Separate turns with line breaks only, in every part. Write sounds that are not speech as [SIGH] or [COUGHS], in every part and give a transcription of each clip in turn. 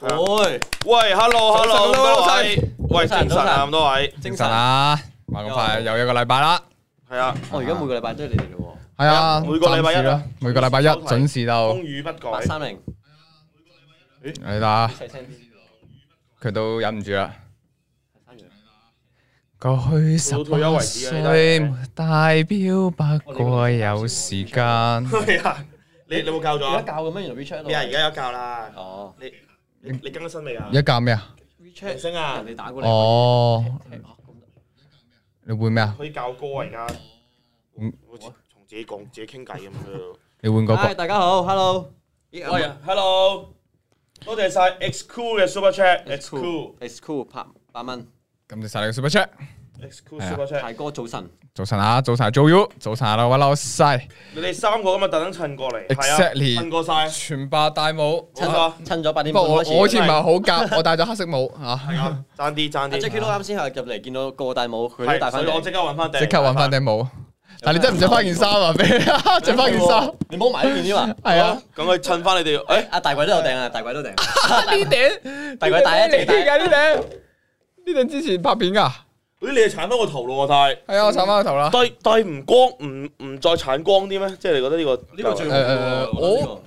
會
喂，hello
早晨
hello，
各位
各位
老細，
喂，
早晨
精神
早
啊，
晨
咁多位，
精
精
神
神
啊！
啊！話咁快又一個禮拜啦，
係啊，
我而家每個禮拜都係你哋咯
係啊，
每個禮拜一啊
暫時啦，每個禮拜一
收睇
準時到
風，雨不
喎，
改
八，三零
係啦，
細聲啲，
佢都忍唔住啦。
三樣
過去十
到退休
八
為止啊你
歲，
都係
大表不過有時間。
係啊，你你有冇教咗
而家
啊？
教嘅咩？原來 WeChat
咩啊？而家有教啦，
哦
你你你更新未啊？
一教咩啊？
明
WeChat
星啊
人，哋打過嚟，
哦，
聽聽
你會咩啊？
可以教歌啊，而家，
嗯
好似同自己講自己傾偈咁喺度。
你換嗰
嗨，
個
大家好，Hello，
喂，hello，多謝晒 X Cool 嘅 Super Chat，X Cool，X
It's cool，拍八蚊，
咁就晒你嘅 super chat。
Cool
係啊
Super Chat。
泰哥早晨，
早晨啊，早晨 Joey，早晨啊，老屈老細，
你哋三個啊今日特登襯過嚟，係啊，
Exactly
襯過晒。
全白戴帽。啊
冇錯，
趁咗八
不
點
過
半
我
開
我好似
始。
唔係好夾，我戴咗黑色帽啊，
係啊，爭啲爭
阿
啲。
Jackie 都啱先係入嚟見到個大帽，佢都
係
戴
所
翻
以我即刻揾翻頂，
即刻揾翻頂帽。但你真係唔着翻件衫啊，俾你着翻件衫。，
你冇埋呢件添嘛？
係啊。
咁佢襯翻你哋，誒，
阿大鬼都有訂啊，大鬼都訂，
呢頂，
大鬼戴一直戴
噶呢頂，呢頂之前拍片噶，
咦，你哋鏟翻個頭咯喎，但係。
係啊，我鏟翻個頭啦。
但但係唔光唔唔再產光啲咩？即係你覺得呢個
呢個最好
誒誒
嘅
誒
喎我覺得呢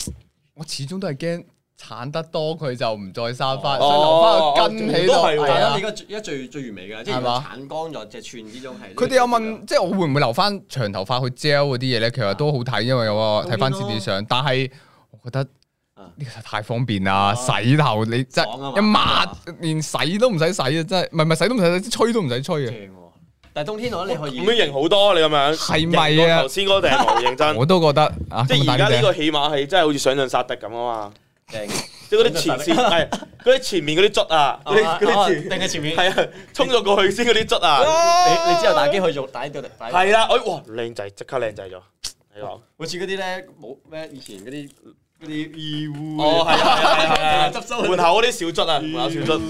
我始終都係驚鏟得多，佢就唔再生翻，想留
哦
翻個根喺度。
哦都
個
係喎
係
係
啊，
啊
你個最而家最最完美嘅，即係如
係
果
嘛
鏟光咗隻串之中係。
佢哋有問，即係我會唔會留翻長頭髮去 gel 嗰啲嘢咧？其實都好睇，因為我睇
當
翻
然咯
CD 相，但係我覺得
啊
呢個實在太方便啦！
啊
洗頭你真
爽啊
係
嘛
一抹，連洗都唔使洗啊！真係唔係唔係洗都唔使洗，吹都唔使吹
正
啊！
喎。但係冬天我覺得你可以
咁樣型好多，你咁樣
係咪
型過
啊
頭先嗰頂冇認真，
[LAUGHS] 我都覺得啊，
即
咁
係
大
而家呢
頂
個起碼係真係好似上陣殺敵咁啊嘛！ [LAUGHS]
正，
即係嗰啲前線
[LAUGHS]
係嗰啲前面嗰啲卒啊，嗰啲嗰啲
哦
前
定係前面。
係啊，衝咗過去先嗰啲卒
[LAUGHS]
啊，
你你之後打機去做打到打，
係啦，哎哇靚仔，即刻靚仔
[LAUGHS]
咗，你講
好似嗰啲咧冇咩以前嗰啲嗰啲義烏
哦係啊係啊係啊，
執收嗯
門口嗰啲小卒啊，門口小卒，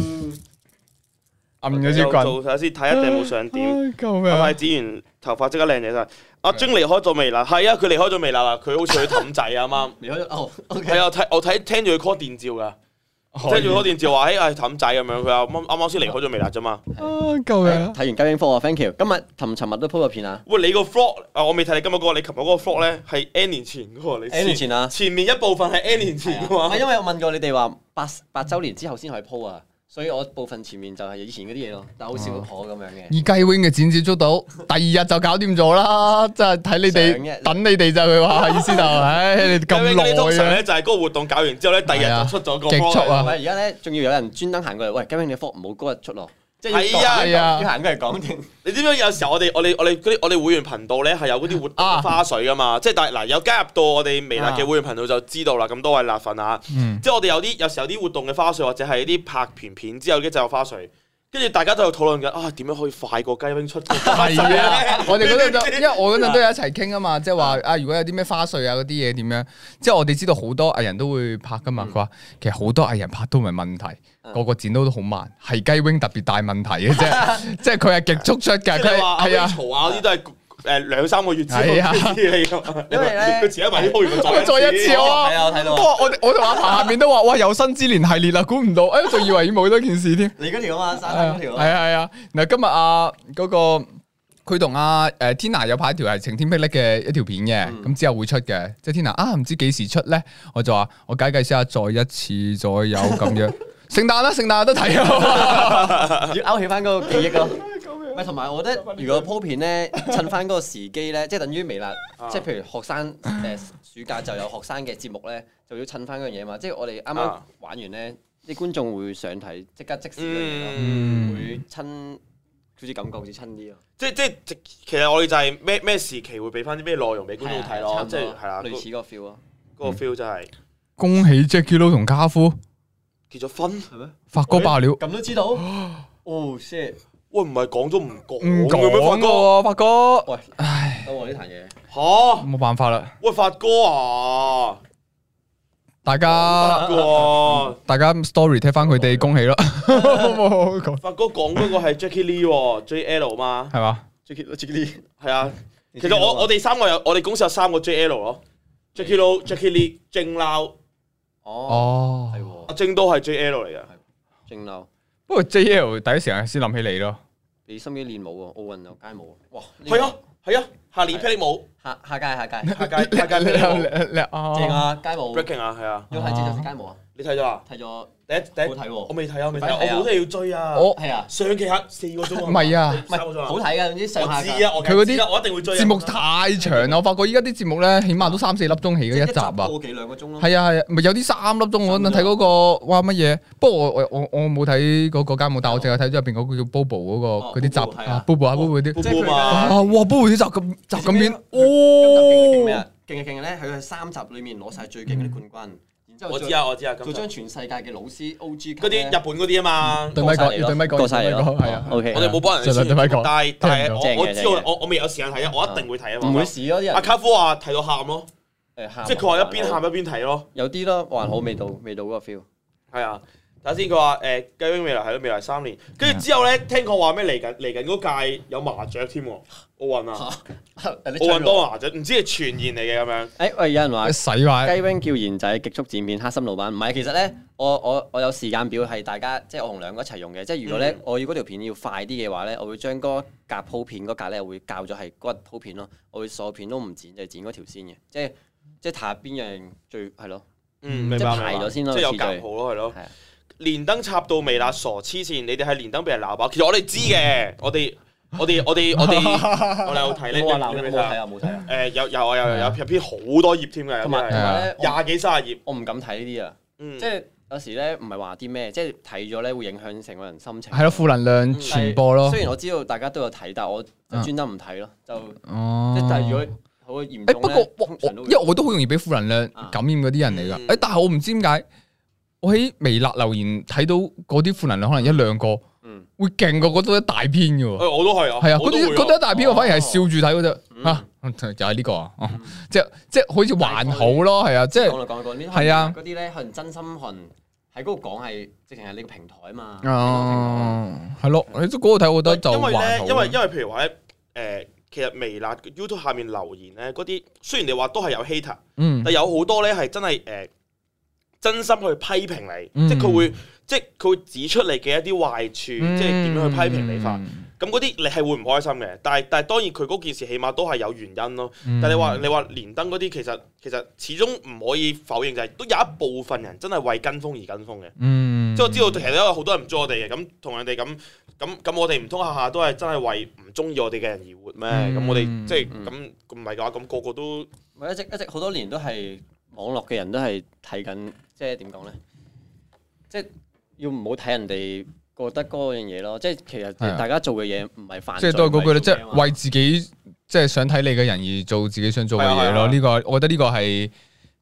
暗咗支棍，
做下先睇一定冇上點。
唉救命
阿
啊
快！剪完頭髮即刻靚嘢晒。阿晶離開咗未啦？係啊，佢離開咗未啦？佢好似去氹仔啊，啱啱。
你可以哦，OK，
[LAUGHS] 係啊，我睇我睇聽住佢 call 電召噶，聽住佢 call 電召話，誒係氹仔咁樣，佢話啱啱啱先離開咗未啦啫嘛。
啊救命啊！
睇完嘉英科啊，thank you。今日尋尋日都 po 咗片啊，
喂，你個 vlog 啊，我未睇你今日嗰個，你琴日嗰個 vlog 咧係 N 年前嗰個，你
N 年前啊
前面一部分係 N 年前嘅
唔
嘛 [LAUGHS]
係。因為啊我問過你哋話八八週年之後先可以 po 啊，所以我部分前面就係以前嗰啲嘢咯，但好少可咁樣嘅
二。雞 wing 嘅剪接捉到，第二日就搞掂咗啦，真係睇你
上
哋
一
等你哋就佢話意思就，唉，
[LAUGHS]
你哋咁
因為嗰啲通常
耐啊
咧就係嗰個活動搞完之後咧，第
係
二
啊
日就出咗個
極速啊
vlog。
喂，而家咧仲要有人專登行過嚟，喂，嘉英你 po 唔好嗰日出咯，即係要
係啊
講
係啊
要行過嚟講定。
你知唔知有時候我哋我哋我哋嗰啲我哋會員頻道咧係有嗰啲活動花絮噶嘛？即係但係嗱有加入到我哋微辣嘅會員頻道就知道啦。咁多位辣粉啊，
嗯
即係我哋有啲有時候有啲活動嘅花絮或者係啲拍片片之後嘅就有花絮，跟住大家都有討論緊啊點樣可以快過雞 wing
[LAUGHS]
出嘅花絮
係
咧？
啊！我哋嗰
[LAUGHS]
陣就，因為我嗰陣都有一齊傾啊嘛，即係話啊，如果有啲咩花絮啊嗰啲嘢點樣，即係我哋知道好多藝人都會拍噶嘛。
嗯
佢話其實好多藝人拍都唔係問題，
嗯
個個剪刀都好慢，係雞 wing 特別大問題
[LAUGHS]
嘅啫，即係佢係極速出
即
嘅，
係
佢
你話阿
係啊。
Rachel 啊嗰啲都係誒兩三個月之後
係啊
嘅事嚟㗎，
因為呢
佢前一排啲鋪完
我再一次
啊！
啊！
係啊我睇到啊
不過我哋我同阿彭下面都話，哇，有生之年系列啦，估唔到，哎，仲以為已經冇咗件事添。
你嗰條啊嘛，
係
山
啊
東嗰條啊
係
嘛。
啊係啊，嗱，今日啊嗰個。佢同阿誒 Tina 有拍一條係晴天霹靂嘅一條片嘅，咁、
嗯
之後會出嘅。即係 Tina 啊，唔知幾時出咧？我就話我計計先下，再一次左右咁樣。聖誕啦，聖誕都睇啊！
要勾起翻嗰個記憶咯。咪同埋我覺得，如果鋪片咧，趁翻嗰個時機 [LAUGHS] 咧，即係等於微辣，
啊
即係譬如學生誒暑假就有學生嘅節目咧，就要趁翻嗰樣嘢嘛。即係我哋啱啱
啊
玩完咧，啲觀眾會想睇即刻即時嗰樣嘢咯，
嗯
會親，好似感覺好似親啲咯。
即即即其實我哋就係咩咩時期會俾翻啲咩內容俾觀眾睇
係啊
咯，即
差
係
唔
係啦，
多類似
嗰
嗰個 feel 咯。
嗯
嗰個 feel 真係
恭喜 Jackie Lou 同家夫
結咗婚。
係咩？
發哥爆料，唔
咁都知道？ [GASPS] 哦 shit！
喂，唔係講咗唔講
講啊
嘅咩？發
嘅
哥
喎，發哥，
喂，
唉，
到我呢壇嘢。
吓？
冇辦法啦，
喂，發哥啊，
大家
發
[LAUGHS]
哥啊，
大家 story 聽翻佢哋，恭喜啦，冇冇講
發哥講嗰個係 Jackie Lee 喎，JL 嘛，
係嘛？
Jackie Jackie，
係啊。其實我我哋三個啊有，我哋公司有三個 JL 咯，Jackie Lou、Jackie Lee、Jing Lau，
哦
哦
係喎。
阿晶都係 J L 嚟嘅，
正嬲，
不過 JL 第一時間先諗起你咯，
你心機練舞喎，奧運又街舞喎，哇！呢個
係啊，係啊，下年霹靂舞，
下下屆下屆
下屆下屆
[LAUGHS] 你
霹靂舞
你
正
哦，
啊，街
[LAUGHS]
舞，
breaking 啊，係啊，
要睇節奏式街舞啊，
你睇咗啊？
睇咗
第一第一
好睇喎
我未睇啊，我未睇
快
啊，
睇啊
我好多嘢要追啊。
我
係啊，
上期下四個鐘啊，
唔係啊
唔
三
係
個鐘啊
好睇嘅，總之上下
我知
㗎
啊，我
佢嗰啲
知啊我一定會追啊
節目太
嗯
長啦，我發覺依家啲節目咧，起碼都三四粒鐘起嘅一集啊。
個幾兩個鐘咯，
係啊係啊，咪有啲三粒鐘我嗰陣睇嗰
啊
個哇乜嘢，不過我我我我冇睇嗰嗰間舞，但我淨係睇咗入邊嗰個叫 Bobo 嗰個
哦
嗰啲
，Bobo，
集
係
啊
啊
，Bobo 啊 Bobo 啲，
即係佢
Bobo 嘛
啊哇 Bobo 啲集咁集咁面，
勁咩
哦，
啊？勁嘅勁嘅咧，佢喺三集裡面攞晒最勁嗰啲冠軍，然之後
我
再
知啊，我知啊，
做
咁
將
就
全世界嘅老師 O.G. 級
嗰啲
咧
日本嗰啲啊嘛。
嗯
對咪講，要對咪講，
過晒嚟
要
咯
對咪
哦
講，係啊，
OK，
我哋冇幫人哋
盡量對咪講
但係但係
聽唔到
我我
正嘅
知道
正嘅
我我未有時間睇啊，我一定會睇啊嘛。
唔會事咯，啲人
阿卡夫話睇到喊咯，
誒喊啊
即係佢話一邊喊一邊睇咯。
有啲咯，還好未到未到嗰個 feel。
係啊，睇下先。佢話誒，雞 wing 未來係咯，未來三年。跟住之後咧，聽講話咩嚟緊嚟緊嗰屆有麻雀添喎，奧運
[LAUGHS]
啊，
你
奧運多啊麻雀，唔知係傳言嚟嘅咁樣。
誒喂，有人話雞
洗話
wing 叫賢仔極速剪片黑心老闆，唔係其實咧，我我我有時間表係大家即係我同兩個一齊用嘅，即係如果咧
嗯
我要嗰條片要快啲嘅話咧，我會將嗰格鋪片嗰格咧會校咗係嗰日鋪片咯，我會所有片都唔剪就係剪嗰條先嘅，即係即係睇下邊樣最係咯，
嗯，明白
即係排
明白
咗先咯
即係有
次序
夾號咯，係咯
係啊。
連登插到未啦？傻黐線！你哋係連登俾人鬧爆，其實我哋知嘅，我哋我哋我哋我哋我哋有睇呢
冇話鬧
呢
你
呢
冇
呢
睇啊冇睇啊，
誒有有啊有有有入篇好多頁添嘅，
同埋
有啲係
同埋咧我
廿幾卅頁，
[LAUGHS] 我唔敢睇呢啲啊。
嗯
即係有時咧，唔係話啲咩，即係睇咗咧會影響成個人心情。
係咯，負能量傳播咯嗯
雖，然我知道大家都有睇，但我就專登唔睇咯，就
哦
即係但係如果好嚴重
誒哎不過
咧，
我
通
我
常都
因為我都好容易俾負能量感染嗰啲人嚟
啊嗯
㗎，誒哎但係我唔知點解，我喺微辣留言睇到嗰啲負能量可能一兩個，
嗯
會勁過嗰度一大篇嘅喎。
誒我都係啊，
係啊，
我
嗰
都
啲
會哦
嗰啲一大片，我反而係笑住睇嗰只
嗯
啊，就係呢個啊，哦即即係好似還好咯，係啊，即
講嚟
係
講去講呢，
係啊
嗰啲咧可能真心可能喺嗰度講係直情係你個平台啊嘛。
哦，係咯，你都嗰個睇，我覺得就
因為
還
咧
好，啊
因為因為譬如話咧，誒其實微辣 YouTube 下面留言啊咧，嗰啲雖然你話都係有 hater，
嗯
但有好多咧係真係誒真心去批評
嗯
你，即係佢會即係佢會指出你嘅一啲壞處，即
嗯
係點樣去批評你法。咁嗰啲你係會唔開心嘅，但係但係當然佢嗰件事起碼都係有原因咯。
嗯
但係你話你話連登嗰啲，其實其實始終唔可以否認就係、都有一部分人真係為跟風而跟風嘅。
嗯
即係我知道其實都有好多人唔中意我哋嘅，咁同人哋咁咁咁，我哋唔通下下都係真係為唔中意我哋嘅人而活咩？
嗯
咁我哋即係
嗯
咁唔係嘅話，咁個個都
我一直一直好多年都係網絡嘅人都係睇緊，即係點講咧？即係要唔好睇人哋覺得嗰樣嘢咯。即係其實
係啊
大家做嘅嘢唔係犯
即
罪，
係都係嗰句啦，即
唔係做嘢啊
係
嘛
為自己即係想睇你嘅人而做自己想做嘅嘢
係啊係
咯。
啊
呢個我覺得呢個係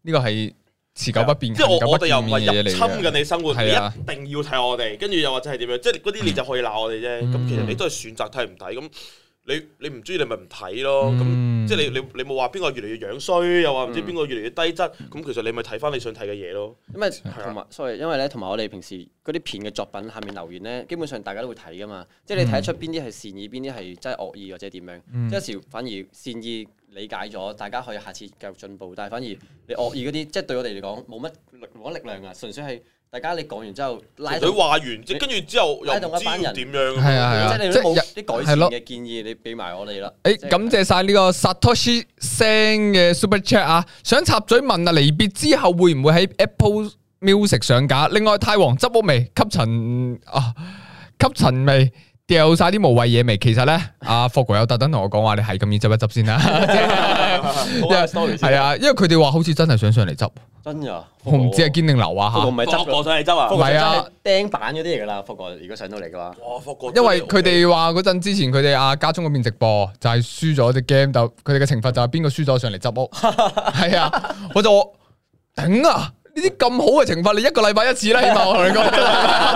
呢個係持久不變、
即係
恆
我
久不
我哋又
變
唔係
嘅嘢
入侵
嚟
緊
嘅。
你生活，你
係啊
一定要睇我哋，跟住又或者係點樣？即係嗰啲你就可以鬧我哋啫。咁
嗯
其實你都係選擇睇唔睇咁。你你唔中意你咪唔睇咯，咁
嗯
即係你你你冇話邊個越嚟越樣衰，又話唔知
嗯
邊個越嚟越低質，咁其實你咪睇翻你想睇嘅嘢咯。
因為
啊
同埋，sorry，因為咧，同埋我哋平時嗰啲片嘅作品下面留言咧，基本上大家都會睇噶嘛，即係
嗯
你睇得出邊啲係善意，邊啲係真係惡意或者點樣。即係有時反而善意理解咗，大家可以下次繼續進步，但係反而你惡意嗰啲，即係對我哋嚟講冇乜力冇乜力量啊，純粹係大家你講完之後拉
佢
動，
話完，即係跟住之後又
拉動
唔
一班
知要
人
點樣。
係啊係啊
即係你都冇
即
啲改善
係咯
嘅建議，你俾埋我哋啦。
誒，感謝晒呢個 Satoshi 聲嘅 Super Chat 啊！想插嘴問啊，離別之後會唔會喺 Apple Music 上架？另外，泰王執屋未？吸塵啊，吸塵未？掉晒啲無謂嘢未？其實咧，阿霍哥有特登同我講話，你係咁易執一執先啦。
好啊，sorry
係
先，哦
啊，因為佢哋話好似真係想上嚟執，
真㗎，
我唔知係
見
堅定流啊
我唔
吓，
係執
霍
㗎
過上嚟執啊
福！
唔
哥
係
真
啊
係釘板嗰啲嚟㗎啦，福哥如果上到嚟嘅話。
哇，霍過
因為佢哋話嗰陣之前佢哋阿家中嗰邊直播就係輸咗只 game，就佢哋嘅懲罰就係邊個輸咗上嚟執
[LAUGHS]
屋，係啊，我就頂啊！呢啲咁好嘅懲罰，你一個禮拜一次啦，起碼我同你講， [LAUGHS]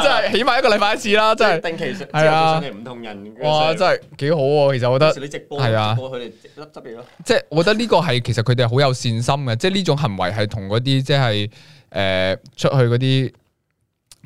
真係起碼一個禮拜一次啦，真
[LAUGHS]
係，
定期上
係啊
朝頭早上嚟唔同人嘅
哇，真
係
係幾好喎！其實
有
我覺得
時。你直播
係啊
直播佢哋執執嘢咯，
即係我覺得呢個係其實佢哋好有呃善心嘅，即係呢種行為係同嗰啲即係誒出去嗰啲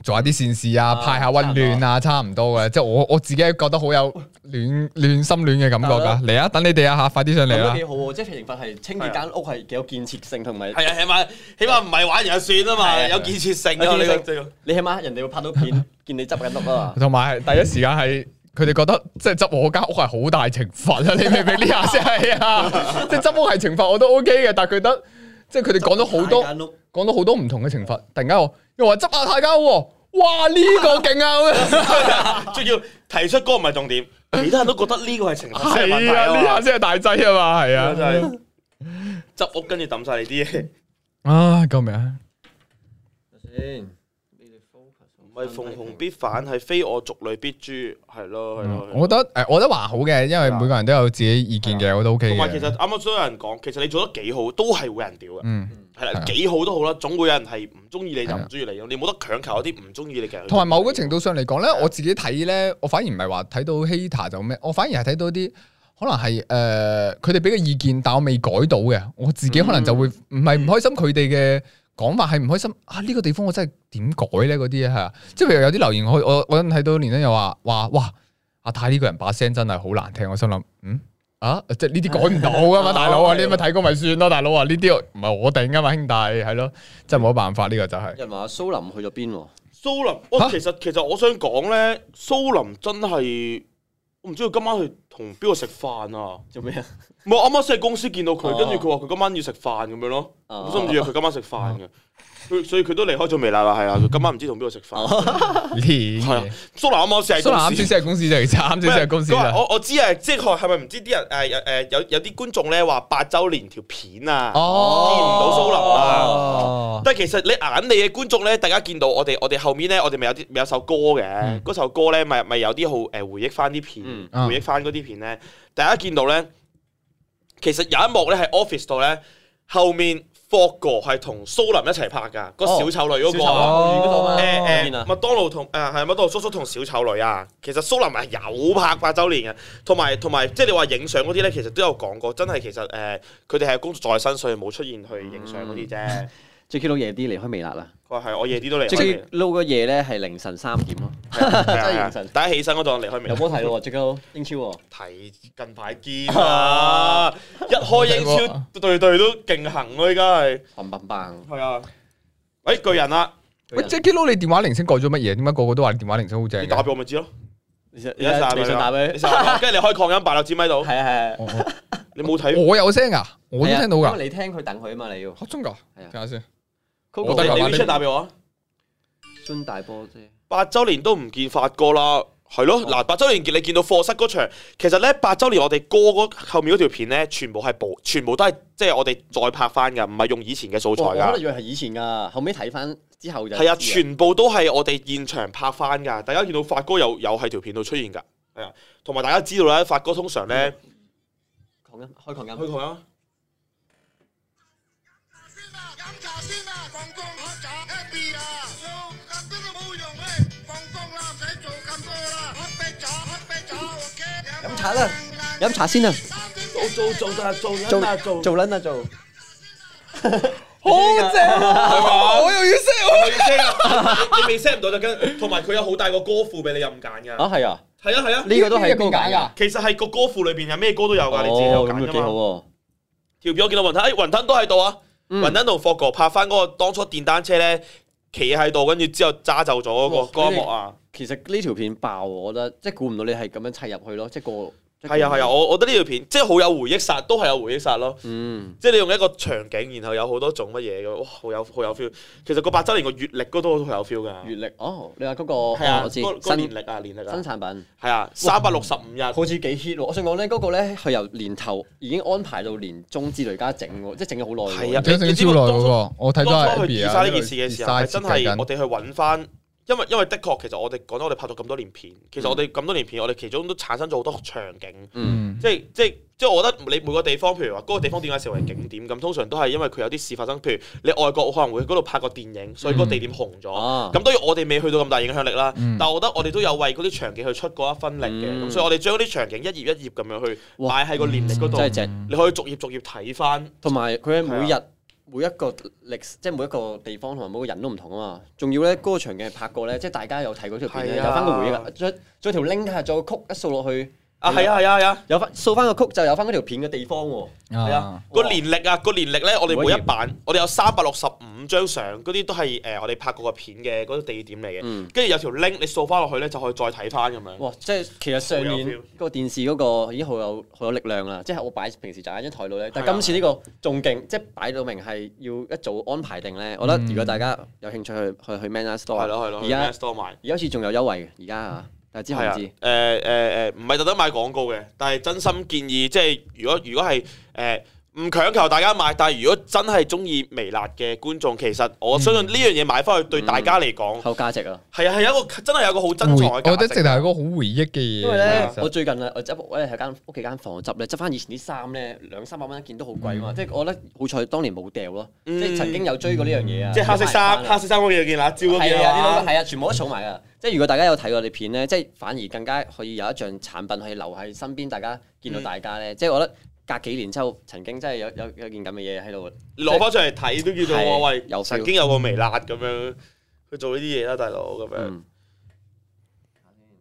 做下啲善事啊，
啊
派下温暖啊，差唔多嘅。即係我我自己覺得好有暖暖心暖嘅感覺
大
㗎。
佬
嚟啊，等你哋啊吓，快啲上嚟
咁都
啦
幾！好喎，即係刑罰係清潔間屋係幾有建設性，同埋
係啊，起碼起碼唔係玩完就算啊嘛，
係啊
有建設性
有
啊
建設
呢
性
個。
你起碼人哋會拍
[LAUGHS]
到片，見你執緊屋啊嘛。
同埋第一時間係佢哋覺得即係執我間屋係好大懲罰啊！你明 [LAUGHS] 唔明呢下先係啊？即係執屋係懲罰我都 OK 嘅，但係佢得即係佢哋講咗好多
大。間屋
講到好多唔同嘅懲罰，突然間我又話執下太監喎，哇呢、個勁啊咁
[LAUGHS]
樣，
仲要提出歌唔係重點，其他人都覺得呢個係懲罰先係問題
係啊呢
啊
下
嘛
先係大劑啊嘛，係
真
啊，
係執屋跟住抌晒你啲嘢，
啊救命啊！
先，你哋 focus
唔係逢紅必反，係非我族類必誅，係咯係咯。
我覺得誒，我覺得還好嘅，因為每個人都有自己意見嘅，我都 OK
同埋其
嘅。
實啱啱都有人講，其實你做得幾好，都係會有人屌嘅。
嗯，
係
係
啦
啊，
幾好都好啦，總會有人係唔中意你就
係啊
唔中意你咯。你冇得強求一啲唔中意你嘅人。
同埋某個程度上嚟講咧，我自己睇咧，我反而唔係話睇到 hater 就咩，我反而係睇到啲可能係誒呃佢哋俾嘅意見，但我未改到嘅，我自己可能就會唔係唔開心佢哋嘅。講法係唔開心啊！呢、個地方我真係點改咧？嗰啲嘢係啊，即係譬如有啲留言我我我嗰陣睇到連登又話話哇阿泰呢個人把聲真係好難聽，我心諗嗯啊，即係呢啲改唔到噶嘛，大佬啊，你咪睇過咪算咯，大佬啊，呢啲唔係我頂噶嘛，兄弟係咯，真係冇辦法呢、個就係、
人話蘇林去咗邊喎？
蘇林，哇！
嚇
其實其實我想講咧，蘇林真係我唔知佢今晚去同邊個食飯啊？
做咩啊？
唔係我啱啱先喺公司見到佢，
哦
跟住佢話佢今晚要食飯咁樣咯，
哦
我心諗住約佢今晚食飯嘅，佢所以佢都離開咗微辣啦，係啊
嗯
啦，佢今晚唔知同邊個食飯。
呢
係
嘢
啊，蘇林啱啱先喺
哦蘇南啱
公
先
司。
先係公司啫，其實啱
唔
先
係
先係公司
佢話
啦。
我我知啊，即係佢係咪唔知啲人誒誒有有啲觀眾咧話八週年條片啊？
哦，
但係其實你啊眼你嘅觀眾咧，大家見到我哋我哋後面咧，我哋咪有啲咪有首歌嘅，嗰、首歌咧咪咪有啲好誒回憶翻啲片，
嗯
啊
回憶翻嗰啲片咧，大家見到咧，其實有一幕咧喺 office 度咧，後面霍哥係同蘇林一齊拍㗎，個
哦
小丑女嗰、個
小丑
啊。
女嗰度嘛
誒誒，
邊啊
麥當勞同誒係麥當勞叔叔同小丑女啊，其實蘇林係有拍八週年嘅，同埋同埋即係你話影相嗰啲咧，其實都有講過，真係其實誒佢哋係工作在身，所以冇出現去影相嗰啲啫。
J.K. 佬夜啲離開微辣啦。
佢話係我夜啲都離開未啊
J.K. 佬個夜咧係凌晨三點咯，
係啊
真
係
係
啊
凌晨。
大家起身嗰度離開未？啊
有冇睇喎？J.K. 佬英超喎，
睇近排堅啊！一開英超對對都勁行咯，依家係
砰砰砰！
係啊！誒巨人啊啦，
喂，Jackie Lou，你電話鈴聲改咗乜嘢？點解個個都話你電話鈴聲好正
你
嘅？
打俾我咪知咯。
你想
你一打
你想打俾
你
佢？
成日打跟住你開擴音八六支咪度，
係啊係啊，
我我
你冇睇？
我有聲噶，我都聽到
係啊
噶
因。為你聽佢等佢啊嘛，你要。
嚇真噶？
係啊
睇下先。我
Coco
得㗎
你
話
你
你
WeChat 打俾我啊！
孫大波啫，
八周年都唔見發哥啦。係咯，嗱八周年見你見到課室嗰場，其實咧八周年我哋歌嗰後面嗰條片咧，全部係補，全部都係即係我哋再拍翻㗎，唔係用以前嘅素材
我我
㗎
可能。以為係以前㗎，後尾睇翻之後就
係啊，
知
全部都係我哋現場拍翻㗎。大家見到發哥又又喺條片度出現㗎，係啊。同埋大家知道咧，發哥通常咧，
嗯擴音開擴
佢
音，
同啊，
先啊，飲茶先啊，放工喝茶 happy 啊！做咁多都冇用嘅，放工啦，唔使做咁多啦，喝杯茶，喝杯茶，OK。
飲茶啦飲茶先啊，
三點
做做做就係做
做
緊啊做。
做撚啊做，
好正啊！我又要識。
我要 set 啊 [LAUGHS] 你未 set 唔到就跟，同埋佢有好大個歌庫俾你任揀㗎。
[LAUGHS] 啊係啊，
係啊係啊，
呢個都係高
解
揀㗎，
其實係個歌庫裏邊有咩歌都有㗎，你自己有
哦
揀
咁就幾
㗎嘛。
好喎，
條片我見到雲吞，哎雲吞都喺度啊！
嗯
雲吞同霍哥拍翻嗰個當初電單車咧，企喺度，跟住之後揸走咗嗰個
哇
嗰一幕啊！
其實呢條片爆喎，我覺得即係估唔到你係咁樣砌入去咯，即係個即
係啊係啊，，我我覺得呢條片即係好有回憶殺，都係有回憶殺咯。
嗯，
即係你用一個場景，然後有好多種乜嘢嘅，哇，好有好有 feel。其實個八周年個月曆嗰度都好有 feel 㗎。
閲歷哦，你話嗰個
係
哦
啊，
我知
嗰嗰年
新
歷啊，年歷
新
啊，
產品。
係啊，三百六十五日。
好似幾 hit 喎！我想講咧，嗰個咧佢由年頭已經安排到年中之類加整喎，即係整咗好耐喎。
係啊
整整超耐嗰個，我睇
當
咗係
初去
Abby 啊。
design 呢件事嘅時候，係真係我哋去揾翻，因為因為的確其實我哋講咗我哋拍咗咁多年片，其實我哋咁多年片，我哋其中都產生咗好多場景。
嗯，
即係即係即係，我覺得你每個地方，譬如話嗰個地方點解成為景點咁，通常都係因為佢有啲事發生。譬如你外國可能會去嗰度拍個電影，所以嗰個地點紅咗。
嗯啊
咁當然我哋未去到咁大影響力啦，
嗯
但係我覺得我哋都有為嗰啲場景去出過一分力嘅，咁、
嗯
所以我哋將啲場景一頁一頁咁樣去
哇
擺喺個年歷嗰
真係
度，
正。
你可以逐頁逐頁睇翻。
同埋佢係每日每一個歷史即係每一個地方同埋每個人都唔同啊嘛。仲要咧，嗰個長鏡拍過咧，即係大家有睇嗰條片咧，
係
有
啊
翻個回憶啊，再再條 link 係再個曲一掃落去，
啊，係啊，係啊，係啊。
有翻掃翻個曲就有翻嗰條片嘅地方喎。
係
啊
啊，，個年歷啊，個年歷咧，我哋每
每一
一版，我哋有三百六十五張相，嗰啲都係誒我哋拍過嘅片嘅嗰個地點嚟嘅。
嗯
跟住有條 link，你掃翻落去咧，就可以再睇翻咁樣。
哇！即係其實上
好有
年
feel
個電視嗰個已經好有好有力量啦，即係我擺平時就喺張台度咧，但
係
係
啊
今次呢個仲勁，即係擺到明係要一早安排定咧。我覺得如果大家有興趣去去去 Man Store，
嗯係咯係咯，
而
而
家
家 store 買。
而家好似仲有優惠嘅，而家啊，但係之後唔
啊，誒
知。
誒誒，唔係特登買廣告嘅，但係真心建議，即係如果如果係誒唔強求大家買，但係如果真係中意微辣嘅觀眾，其實
嗯
我相信呢樣嘢買翻去對大家嚟講，
後價值啊！
係啊係有一個真係有一個好珍
回
藏
我
嘅
覺
價
得
值
直頭係個好回憶嘅嘢。
因為咧
其，實
我最近啊，我執屋咧喺間屋企間房執咧，執翻以前啲衫咧，兩三百蚊一件都好貴啊嘛！即係我覺得好彩當年冇掉咯，
嗯
即係曾經有追過呢樣嘢啊。
即係黑色衫，
買返啊
黑色衫嗰件就見辣椒嗰
係
件
啊，呢
啊
度都。係啊，全部都儲埋啊！即係如果大家有睇我哋片咧，即係反而更加可以有一樣產品可以留喺身邊，大家見到大家
嗯
咧，即係我覺得隔幾年之後，曾經真係有有有件咁嘅嘢喺度。
你攞翻出嚟睇都叫做
係
喂，
有 feel
曾經有個微辣咁樣去做呢啲嘢啦，大佬咁樣。
嗯，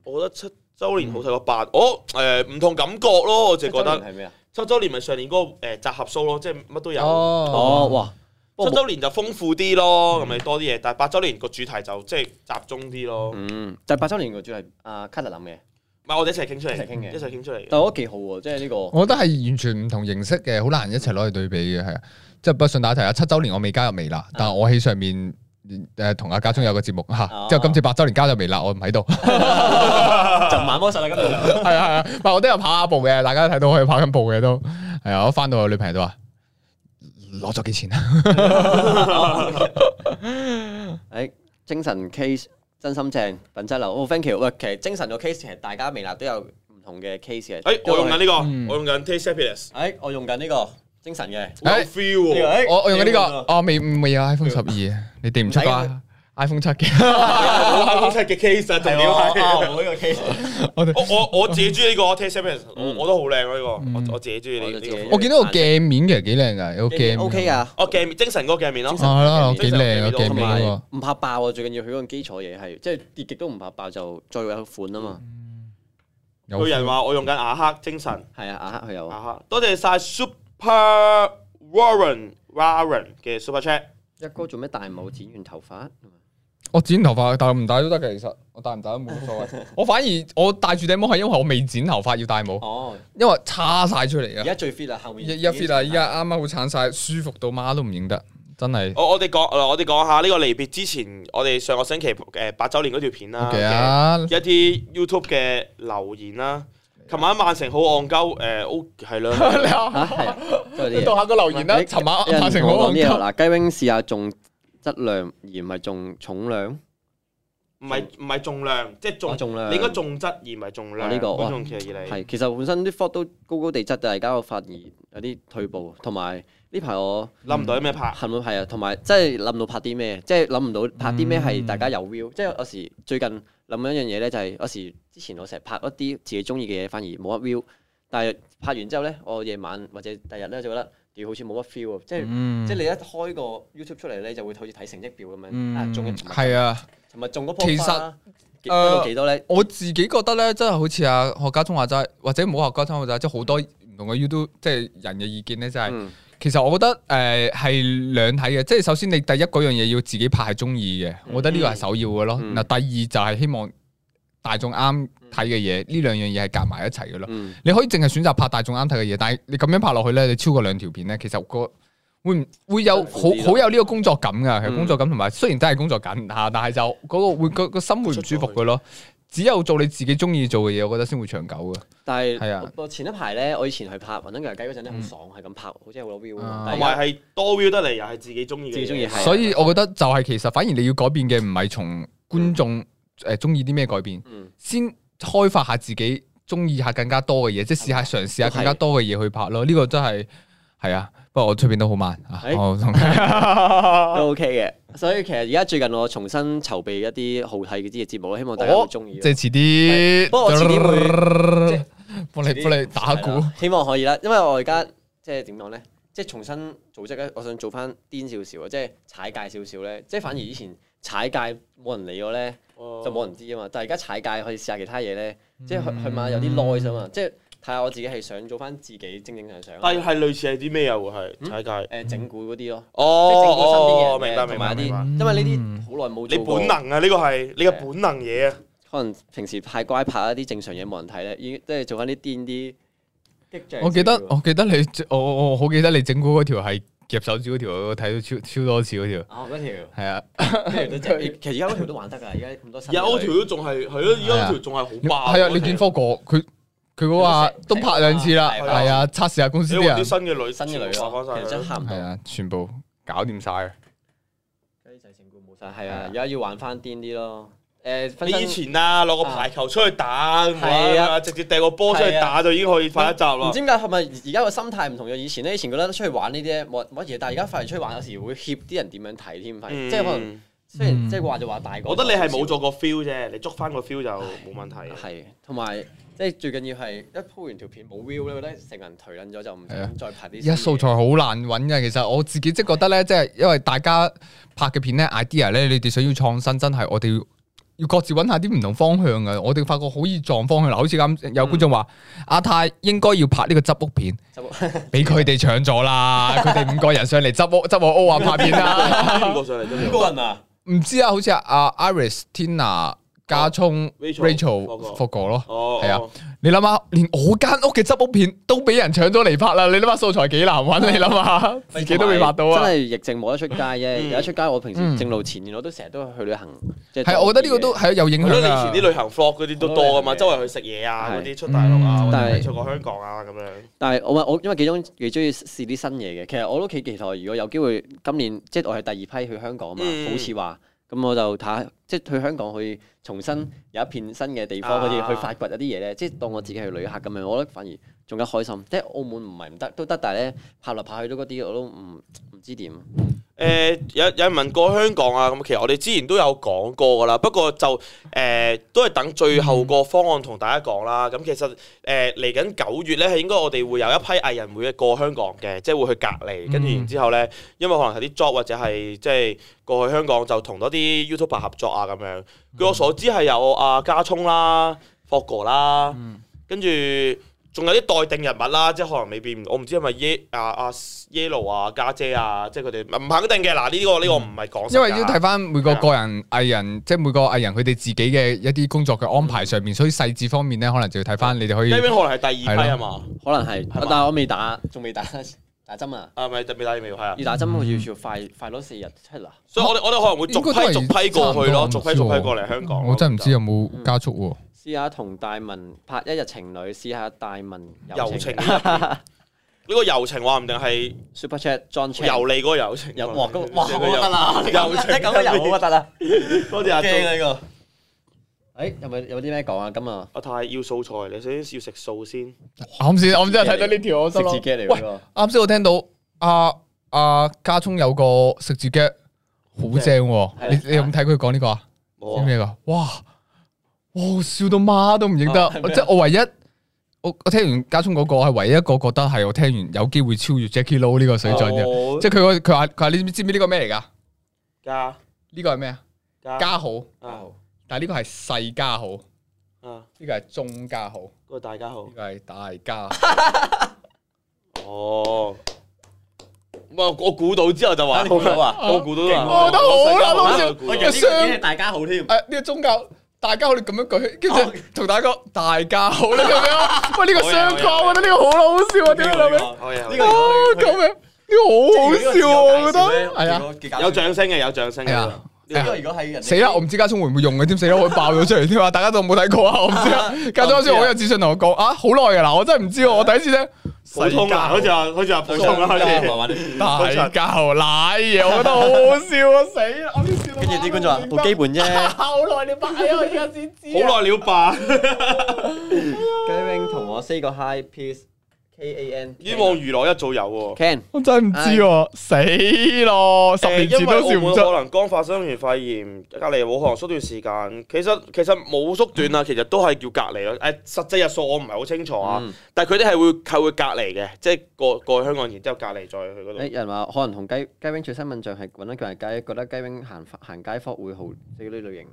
我覺得七周年好睇過八，我誒唔同感覺咯，我就覺
周
得
年係咩啊？
七周年咪上年嗰個誒集合 show 咯，即係乜都有。
哦，
哦，
哇！不
七
過冇嗯
周年就豐富啲咯，咁你多啲嘢，但係八周年個主題就即係集中啲咯。唔
嗯，就係八周年個主題阿卡特諗嘅，
係我哋一齊傾出嚟，
一齊傾嘅
一齊傾出嚟。
但我覺得幾好喎，即
[LAUGHS]
係呢個。
我覺得係完全唔同形式嘅，好難一齊攞去對比嘅，係啊。即係不過順帶一提啊，七週年我未加入微辣，但係我喺上面誒同阿家中有個節目嚇
哦，
之後今次八週年加入微辣，我唔喺度。
就晚魔術啦，今日 [LAUGHS]
係啊係啊，唔係我都有跑下步嘅，大家睇到我有跑緊步嘅都係啊。我翻到我女朋友都話攞咗幾錢啊？
誒哎精神 case 真心正，品質流。哦，thank you。喂，其實精神個 case 其實大家微辣都有唔同嘅 case 嘅。
誒，哎我用緊呢
嗯
個，我用緊 Taste Happiness，
誒，我用緊呢個精神嘅。
好有
誒
feel 喎。
哎呢個
我我用緊呢
呢
個，我哦未未有 iPhone 十二，啊你哋唔出
唔使嘅
啩 iPhone 七嘅，
好 iPhone 七嘅 case 啊，重
係
點
喎，
係。
啱我呢個 case。
我哋
我我我自己中意呢個 Taste Happiness，我
嗯
我都好靚啊呢個，我我自己中意呢
我就自己
呢個。
我見到個鏡面其實幾靚㗎，有個鏡面
O K。㗎，
哦，鏡面精神嗰個鏡面咯
精，神
哦，係咯，幾靚啊
精神
鏡
同
面嗰
埋
個。
唔怕爆啊！最緊要佢嗰個基礎嘢係，即係跌極都唔怕爆，就再有款啊嘛。
有人話我用緊雅克精神，
係啊，阿黑佢有
雅
啊，
克多謝晒 Super Warren Warren 嘅 Super Chat。
一哥做咩大帽剪完頭髮？
我剪頭髮，戴唔戴都得嘅。其實我戴唔戴都冇
[LAUGHS]
乜所謂。我反而我戴住頂帽係因為我未剪頭髮要戴帽，
哦，
因為叉晒出嚟
而
啊！
家最 fit 啊，後面
一一 fit 啊，依家啱啱好鏟晒，舒服到媽都唔認得，真
哦
係。
我我哋講，呃我哋講下呢個離別之前，我哋上個星期誒八週年嗰條片啦
OK 啊
嘅一啲 YouTube 嘅留言啦。琴晚曼城好戇鳩，誒 O 係
[LAUGHS]
啦，
嚇係啊，都有啲
你
嘢
讀下個留言啦，
你
尋晚
有人
阿成
同我啊
我
講嘢嗱，雞 wing 試下重質量而唔係重重量。
唔係唔係重量，即係
哦
重
重量
你應該重質而唔係重量。
哦呢個哇
觀眾其實而你
係，其實本身啲 f o t 都高高地質，但係而家我發現有啲退步，同埋呢排我
諗唔到啲咩拍，
恨到係啊，同埋即係諗唔到拍啲咩，即係諗唔到拍啲咩係大家
嗯
有 view、即係有時最近諗緊一樣嘢咧，就係有時之前我成日拍一啲自己中意嘅嘢，反而冇乜 view。但係拍完之後咧，我夜晚或者第日咧就覺得，屌好似冇乜 feel 啊！即係、
嗯
即係你一開個 YouTube 出嚟咧，就會好似睇成績表咁樣、啊，中一
嗯，
尋日
係啊，
尋日中嗰樖
其
花
實
幾得到
呃
幾多咧？
我自己覺得咧，真係好似阿學家中話齋，或者唔好學家中話齋，即係好多唔同嘅 YouTube 即係人嘅意見咧，就係。
嗯
其實我覺得誒係兩睇嘅，即係首先你第一嗰樣嘢要自己拍係中意嘅，我覺得呢個係首要嘅咯。
嗯
嗱、第二就係希望大眾啱睇嘅嘢，呢兩樣嘢係夾埋一齊嘅咯。
嗯，
你可以淨係選擇拍大眾啱睇嘅嘢，但係你咁樣拍落去咧，你超過兩條片咧，其實個會唔會有
辛
好
苦啲咯
好有呢個工作感噶？其
嗯
實工作感同埋雖然真係工作緊嚇，但係就嗰個會個個心會唔舒服嘅咯。只有做你自己中意做嘅嘢，我覺得先會長久嘅。
但
係啊嗯
係我前一排咧，我以前去拍《雲吞牛雞》嗰陣咧，好爽，係咁拍，好似好多 view 啊
啊
但
同
係
埋
而家
係多 view 得嚟，又係自己中意嘅嘢。
自己鍾意係啊
[LAUGHS]
所以我覺得就係其實反而你要改變嘅唔係從觀眾誒中意啲咩改變，
嗯
先開發下自己中意下更加多嘅嘢，即係試下嘗試
都
下
係
更加多嘅嘢去拍咯。呢個真係係啊，不過我出片都好慢啊，
哎 [LAUGHS]
我同 [LAUGHS]
都 OK 嘅。所以其實而家最近我重新籌備一啲好睇嘅啲嘅節目咧，希望大
哦
家會中意咯。
即係遲啲，
不過我遲啲會即係
幫你幫你打鼓
係。啦希望可以啦，因為我而家即係點講咧？即係重新組織咧，我想做翻癲少少啊，即係踩界少少咧，即係反而以前踩界冇人理我咧，就
就
冇人知啊嘛。但係而家踩界可以試下其他嘢咧，即係去去買有
嗯
啲 noise 啊嘛，即係睇下我自己係想做翻自己正正常常
但係
啊。
係類似係啲咩啊？會係踩界。
誒整蠱嗰啲咯，
哦
嗯即係整蠱身邊
哦，
嘅
明
人
白
呢
明
同
白
埋
明
一
白。
啲，因為呢啲好耐冇
你
做過
本能啊，呢個係你嘅
係啊
本能嘢啊。
可能平時太乖拍一啲正常嘢冇人睇咧，已經即係做翻啲癲啲激進。
我記得我記得你我我我好記得你整蠱嗰條係夾手指嗰條，我睇到超超多次嗰條，
啊嗰條，
係啊，
嗰條都正其實而家嗰條都玩得㗎，而家咁多新。
有條都仲係係咯，而家嗰條仲係好爆。
啊係啊，你轉科過佢佢嗰下都拍兩次啦，
係
啊
係啊，測試下公司
你
啲
揾
人
啲，新嘅女
新嘅女
全部
咯，
發翻
其實真
曬
係喊唔
係
到。
啊，全部搞掂晒。
雞仔成冠冇晒，係啊，而家要玩翻癲啲咯。誒，分
你以
身
前啊，攞個排球出去打，
係啊
哇直接掟個波出去打就已經可以拍一集
唔
啦
知。點解係咪而家個心態唔同咗以前咧？以前覺得出去玩呢啲咧冇乜嘢，但係而家發現出去玩有時會協啲人點樣睇添，反而即係可能
嗯
雖然即係話就話大個，
我覺得你係冇做個 feel 啫，你捉翻個 feel 就冇問題
[LAUGHS]
啊嘅。
係，同埋即係最緊要係一鋪完條片冇 view 咧，我覺得成個人頹撚咗就唔
係啊
想再拍啲。
而家素材好難揾嘅，其實我自己即係覺得咧，即係因為大家拍嘅片咧 idea 咧，你哋想要創新，真係我哋要要各自揾下啲唔同方向嘅。我哋發覺好易撞方向啦，好似啱有觀眾 [LAUGHS] 話阿泰應該要拍呢個執屋片，
就
[LAUGHS] 俾佢哋搶咗 [LAUGHS] 啦，佢哋五個人上嚟執屋執我 O 啊拍片 [LAUGHS] 啦，
邊個上嚟真係
個人啊，
唔知啊，好似阿阿 Iris、Tina、加聰、
Rachel
Rachel、福哥咯。
哦，
係啊
哦
你諗下，連我間屋嘅執屋片都俾人搶咗嚟拍啦！你諗下素材幾難揾，你諗下自己都未拍到啊！
真係疫症冇得出街啫，
嗯
有得出街我平
嗯
時正路前面我都成日都去旅行，即
係，我覺得呢個都係有影
係
響
咯，你
啊
以前啲旅行 vlog 嗰啲都多噶嘛，
好
周
多
圍去食嘢啊，
係
嗰啲出大陸啊，
嗯
或者
但
係
係
出過香港啊咁樣。
但係我話我因為幾中幾中意試啲新嘢嘅，其實我都幾期待，如果有機會今年即係我係第二批去香港嘛，
嗯
好似話咁我就睇下，即係去香港去重新有一片新嘅地方，
啊
好似去發掘一啲嘢咧，即係當我自己係旅客咁樣，我覺得反而仲加開心。即係澳門唔係唔得都得，但係咧拍嚟拍去都嗰啲我都唔唔知點。
誒呃有有人問過香港啊，咁其實我哋之前都有講過噶啦，不過就誒、呃都係等最後個方案同大家講啦。咁其實誒嚟緊九月咧，係應該我哋會有一批藝人會過香港嘅，即係會去隔離，跟住
嗯
然之後咧，因為可能係啲 job 或者係即係過去香港就同多啲 YouTuber 合作啊咁樣。據我所知係有阿、加聰啦、霍哥啦，跟住。仲有啲待定人物啦，即係可能未必，我唔知係咪耶啊啊 Yellow 啊家姐啊，即係佢哋唔肯定嘅。嗱呢個呢個唔係講實㗎
嗯因為要睇翻每個個人藝人，即係每個藝人佢哋自己嘅一啲工作嘅安排上面，所以細節方面咧，可能就要睇翻你哋可以
Gavin 可能係第二批啊嘛，
可能係，
係嘛
但係我未打，仲未打打針啊！
啊咪特別打疫苗係啊，
要打針好似要快快多四日出啦。
所以我哋我哋可能會逐
應該都係
批逐批過去
差唔多
咯，
唔
逐批
知
逐批
喎
過嚟香港咯。
我真係唔知啊有冇加速
試下同大文拍一日情侶，試下大文
友
友
情
情
呢
[LAUGHS]
個友情話唔定係
Super Chat John
遊
Chan
嚟嗰個友情。
有哇咁哇好核突啦，
友情
即係咁樣又好核突啦，
多謝阿
驚啊
鍾
呢個。誒有冇有啲咩講啊？今日
阿泰要素材，你首先要食素先。
喎。啱先，我真係睇到呢條，我心
食字
諗，
機嚟㗎喎，
啱先我聽到阿阿加聰有個食字 g 好正喎，
係啊
你你有冇睇佢講呢個啊？
冇
知
啊
咩噶？哇！哇！笑到媽都唔認得，
啊係咩啊
即係我唯一我我聽完家聰嗰個係唯一一個覺得係我聽完有機會超越 Jackie Lou 呢個水準嘅，
哦
即係佢個佢話佢話你知唔知呢個咩嚟㗎？
加
呢個係咩啊？
加
加號，
啊
但係呢個係細加號，呢
啊！
個係中加號，呢
嗰個大家好。
個係大加。
哦，哇！我估到之後就話
啊你估到啊
我估到啊，
[LAUGHS] 我覺得好啦
我
老
真
少
係估到
其實呢個已經係
大家好添。
誒呢個啊宗教大家好，你咁樣舉，跟住同大家講大家好啦咁 [LAUGHS] 樣。啊喂，呢個相框，我覺得呢個好好笑啊！點解老味？啊，
好嘢好嘢
呢個
救命！呢個好好笑啊！我覺得係啊。
啊
有掌聲嘅，有掌聲嘅。
係啊
呢個
呢個如果係人哋
死啦！我唔知家聰會唔會用嘅添，死啦！我爆咗出嚟添啊！大家都冇 [LAUGHS] 睇過啊！我唔知啊。家聰好似好有自信同我講啊，好耐噶啦，我真係唔知喎，我第一次 [LAUGHS] 聽。
普通啊，好似話好似話普通啦，好似。
大嚿奶嘢，我覺得好好笑啊！死啦！我呢笑到
跟住啲觀眾話部基本啫。
[LAUGHS] 好耐你擺啊！我而家先知啊。
好耐了吧？
雞 wing 同我 say 個 hi peace。 K A N
冤枉娛樂一早有喎。
Can
[LAUGHS] 我真係唔知喎，死咯！十年前都笑唔
誒因為澳門
出。
可能剛發生完肺炎，隔離武漢縮短時間。其實其實冇縮短啊，其實都係叫隔離咯。誒、實際日數我唔係好清楚啊，
嗯
但係佢哋係會係會隔離嘅，即係過過去香港，然之後隔離再去嗰度。
誒人話可能同雞雞 wing 最新印象係揾到叫人街，覺得雞 wing 行行街坊會好，即係呢類型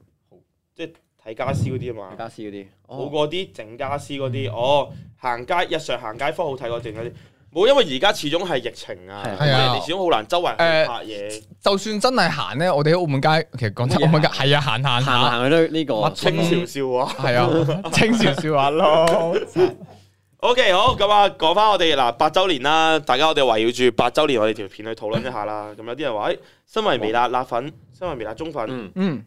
睇家私嗰啲啊
李
嘛，
家私嗰啲。哦嗯
好過啲整家私嗰啲。哦，行街日常行街坊好睇過整嗰啲。冇，因為而家始終係疫情啊，
係啊
同埋你始終好難周圍去
誒
拍嘢。
就算真係行咧，我哋喺澳門街，其實講真，
乜嘢
澳門街
行
係啊，行行
行嚟
下，
行去都呢個
乜
清朝笑話。
[LAUGHS]
係啊，清少少下咯。
嗯
O、k 好，咁啊，講翻我哋嗱八周年啦，大家我哋圍繞住八周年我哋條片去討論一下啦。咁有啲人話，誒、哎身為微辣辣
哦
粉，身為微辣中粉，
嗯
嗯，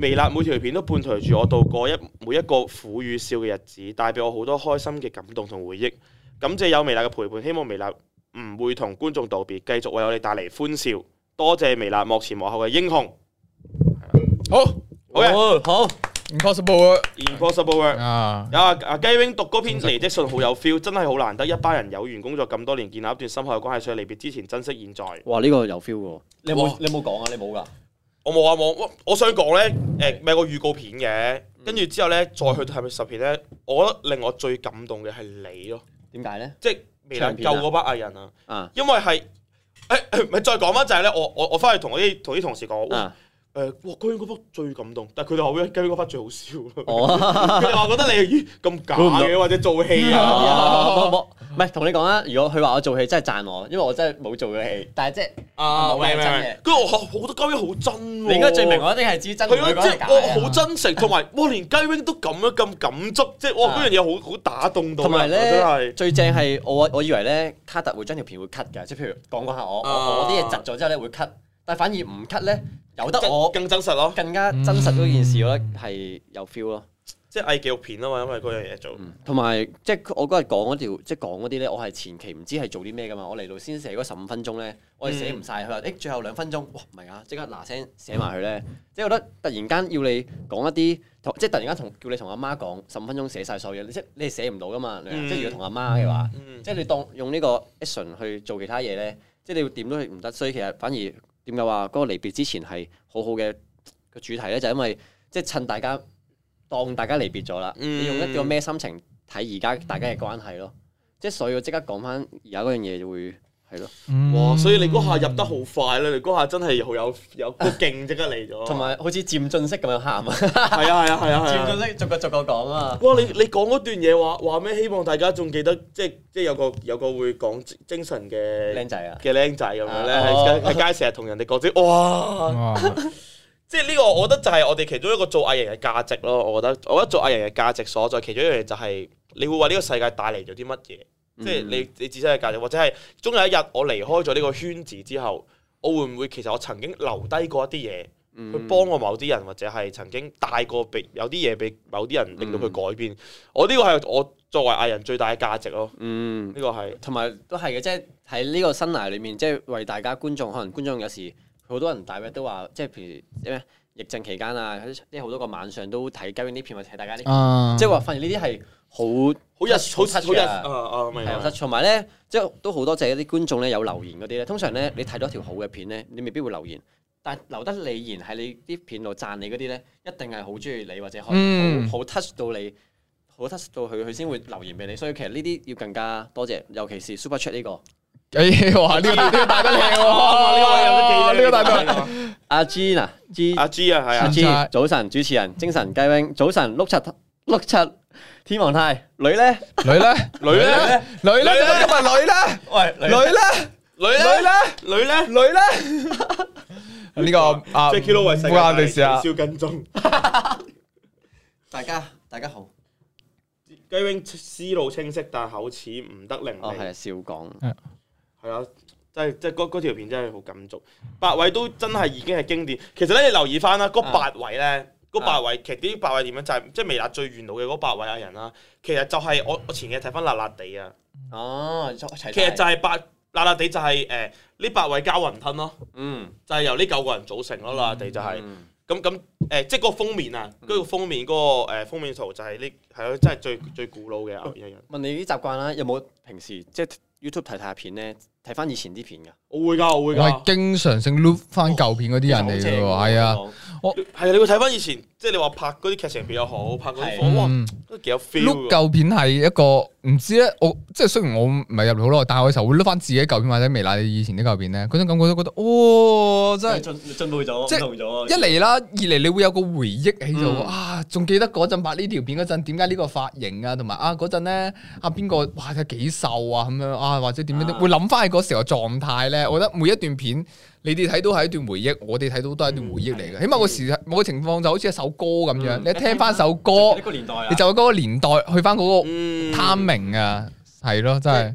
微辣每條片都伴隨住我度過一每一個苦與笑嘅日子，帶俾我好多開心嘅感動同回憶。感謝有微辣嘅陪伴，希望微辣唔會同觀眾道別，繼續為我哋帶嚟歡笑。多謝微辣幕前幕後嘅英雄。
好
好嘅
好哦好
，impossible
，Impossible Work。
啊，
啊啊！雞 wing 讀嗰篇離職信好有 feel，真係好難得，一班人有緣工作咁多年，建立一段深厚嘅關係，所以離別之前珍惜現在。
哇呢個有 feel 喎。你有
哇
冇你有冇講啊？你冇㗎。
我冇啊冇，我我想講咧，誒咪有個預告片嘅，跟住之後咧再去到係咪十片咧，我覺得令我最感動嘅係你咯，
點解咧？
即係未能救嗰班藝人啊，
啊
因為係 [COUGHS] 誒咪再講翻就係咧，我我我翻去同我啲同啲同事講，哇
啊！
誒哇雞 wing 嗰忽最感動，但係佢哋話喂雞 wing 嗰忽最好笑咯，
[LAUGHS] 我
[LAUGHS] 佢哋話覺得你咦咁假
哦
嘅或者做戲啊。
啊冇冇唔係同你講啊！如果佢話我做戲真係讚我，因為我真係冇做過戲，但係即係
啊，明
係
明
哦真
明
嘅，
跟住我好多雞 wing 好真喎，
你應該最明，我一定係指真，
係咯，即
佢講係
係
假
我好
嘅。
真
[LAUGHS]
誠，同埋哇，連雞 wing 都咁樣咁感觸，即係哇，
啊
嗰樣嘢好好打動到
同埋
人啊，
咧，最正係我我以為咧，卡特會將條片會 cut 㗎，即係譬如講講下我
啊
我我啲嘢窒咗之後咧會 cut，但係反而唔 cut 咧，由得
真係
我
更真實咯，
更加真實嗰件事，我覺得係有 feel 咯。
即係偽紀錄片啊嘛，因為嗰樣嘢做，
嗯同埋即係我嗰日講嗰條，即係講嗰啲咧，我係前期唔知係做啲咩噶嘛，我嚟到先寫嗰十五分鐘咧，我係寫唔晒。佢話
嗯
誒最後兩分鐘，哇唔係啊，即刻嗱聲寫埋佢咧，即係我覺得突然間要你講一啲，同即係突然間同叫你同阿媽講十五分鐘寫晒所有嘢，你即係你係寫唔到噶嘛，你
嗯
即係如果同阿媽嘅話，
嗯，
即係你當用呢個 action 去做其他嘢咧，即係你要點都唔得，所以其實反而點解話嗰個離別之前係好好嘅個主題咧，就係因為即係趁大家當大家離別咗啦，
嗯
你用一個咩心情睇而家大家嘅關係咯，即係所以我即刻講翻而家嗰樣嘢就會係咯，
嗯
嗯
哇，所以你嗰下入得好快咧，你嗰下真係好有有個勁即刻嚟咗，
同埋好似漸進式咁樣喊 [LAUGHS] 啊，
係啊係啊係啊係
[LAUGHS] 漸
啊。
進式逐個逐個講啊，
哇！你你講嗰段嘢話話咩？希望大家仲記得，即係即係有個有個會講精神嘅
靚仔啊，
嘅僆仔咁樣咧，
啊
喺街
哦
喺街成日同人哋講啲哇，即係呢個我覺得就係我哋其中一個做藝人嘅價值咯。我覺得，我覺得做藝人嘅價值所在，其中一樣嘢就係你會為呢個世界帶嚟咗啲乜嘢，
嗯
即係你你自身嘅價值，或者係終有一日我離開咗呢個圈子之後，我會唔會其實我曾經留低過一啲嘢？去
佢
幫過某啲人，或者係曾經帶過俾有啲嘢俾某啲人，令到佢改變。我呢個係我作為藝人最大嘅價值咯。
嗯。
呢個係
同埋都係嘅，即係喺呢個生涯裏面，即係為大家觀眾，可能觀眾有時好多人大約都話，即係譬如咩疫症期間啊，即係好多個晚上都睇雞 wing 呢片或者睇大家呢片，
啊，
即係話發現呢啲係好
好日好
好 touch
好日
㗎
啊啊！明
係
白
有得，同埋咧，即係都好多謝一啲觀眾咧有留言嗰啲咧。通常咧，你睇到一條好嘅片咧，你未必會留言，但係留得你言喺你啲片度讚你嗰啲咧，一定係好中意你或者好
嗯
好 touch 到你，好 touch 到佢，佢先會留言俾你。所以其實呢啲要更加多謝，尤其是 Super Chat 呢個。
誒，哎哇，呢個呢個大得靚
哇
喎，
呢
呢
個
個大
大
得
得
靚。
阿 G 嗱，G
阿 G 啊，係
阿
啊，
G，
啊
早晨主持人，精神雞 wing，早晨碌柒碌柒天皇太女咧，
女咧，
女咧，
女咧，今日女咧，
喂
女咧，
女咧，
女咧，
女咧，
女咧。呢個啊，
即係 Kilo 為世界
冇壓力事啊
燒跟蹤，
大家大家好，
雞 wing 思路清晰，但口齒唔得伶
哦係
俐，
少講，
係啊。即係即係嗰嗰條片真係好感觸，八位都真係已經係經典。其實咧，你留意翻啦，嗰八位咧，嗰八位其實啲八位點樣就係即係微辣最元老嘅嗰八位藝人啦。其實就係我我前幾日睇翻辣辣地啊，
哦，一齊
其實就係八辣辣地呃就係誒呢八位加雲吞咯，
嗯
就係由呢九個人組成咯。辣辣地就係
嗯
咁咁誒，即係嗰個封面啊，嗰個封面嗰個誒封面圖就係呢，係咯，真係最最古老嘅牛耳人。
問你啲習慣啦，有冇平時即係 YouTube 睇睇下片咧，睇翻以前啲片㗎？
我會㗎，我會
我係
㗎。
經常性 loop 翻舊片嗰啲人嚟嘅喎，係啊
係啊，你會睇翻以前，即係你話拍嗰啲劇情片又好，拍嗰啲火，哇
嗯
都幾有
，loop
feel 㗎。
舊片係一個唔知咧，我即係雖然我唔係入嚟好耐，但係我有時候會 loop 翻自己舊片或者微辣以前啲舊片咧，嗰種感覺都覺得，哦，真係
你。進你進步咗，
即係
進步咗。
一嚟啦，二嚟你會有個回憶喺度、
嗯
啊！仲記得嗰陣拍呢條片嗰陣，點解呢個髮型啊，同埋啊嗰陣咧，啊邊個哇佢幾瘦啊咁樣啊，或者點樣、
啊
會諗翻起嗰時候嘅狀態咧。我覺得每一段片，你哋睇到係一段回憶，我哋睇到都係一段回憶嚟嘅。起碼個時某個情況就好似一首歌咁樣，
嗯
你聽翻首
[LAUGHS]
歌，
一個年代啊
你。就喺嗰個年代去翻嗰個
嗯
timing 啊，係咯，真係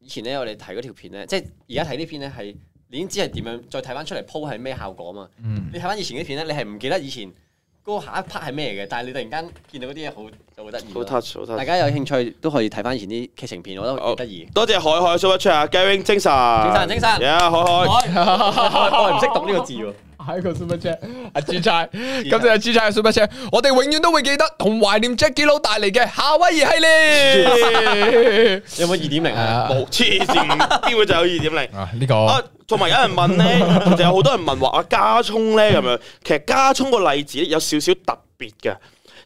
以前咧，我哋睇嗰條片咧，即係而家睇啲片咧，係你已經知係點樣，再睇翻出嚟鋪係咩效果啊嘛。
嗯
你睇翻以前啲片咧，你係唔記得以前嗰個下一 part 係咩嘅，但係你突然間見到嗰啲嘢好就好得意
好
咯。
touch，好
大
touch。
家有興趣都可以睇翻以前啲劇情片，我覺得幾得意。
多謝海海 super chat 啊，Gary 精神，精
神精神
呀，海 [LAUGHS] 海。
我係唔識讀呢個字 [LAUGHS] 喎。
下一個 super chat，阿 À, 朱差，咁就係朱差嘅 super chat，我哋永遠都會記得同懷念 Jackie 佬帶嚟嘅夏威夷系列。
有冇二點
[LAUGHS]
零
À,
啊？
冇黐線，邊會就有二點零？
啊，呢個
啊，同埋有人問咧， [LAUGHS] 就有好多人問話啊，加葱咧咁樣。其實加葱個例子有少少特別嘅，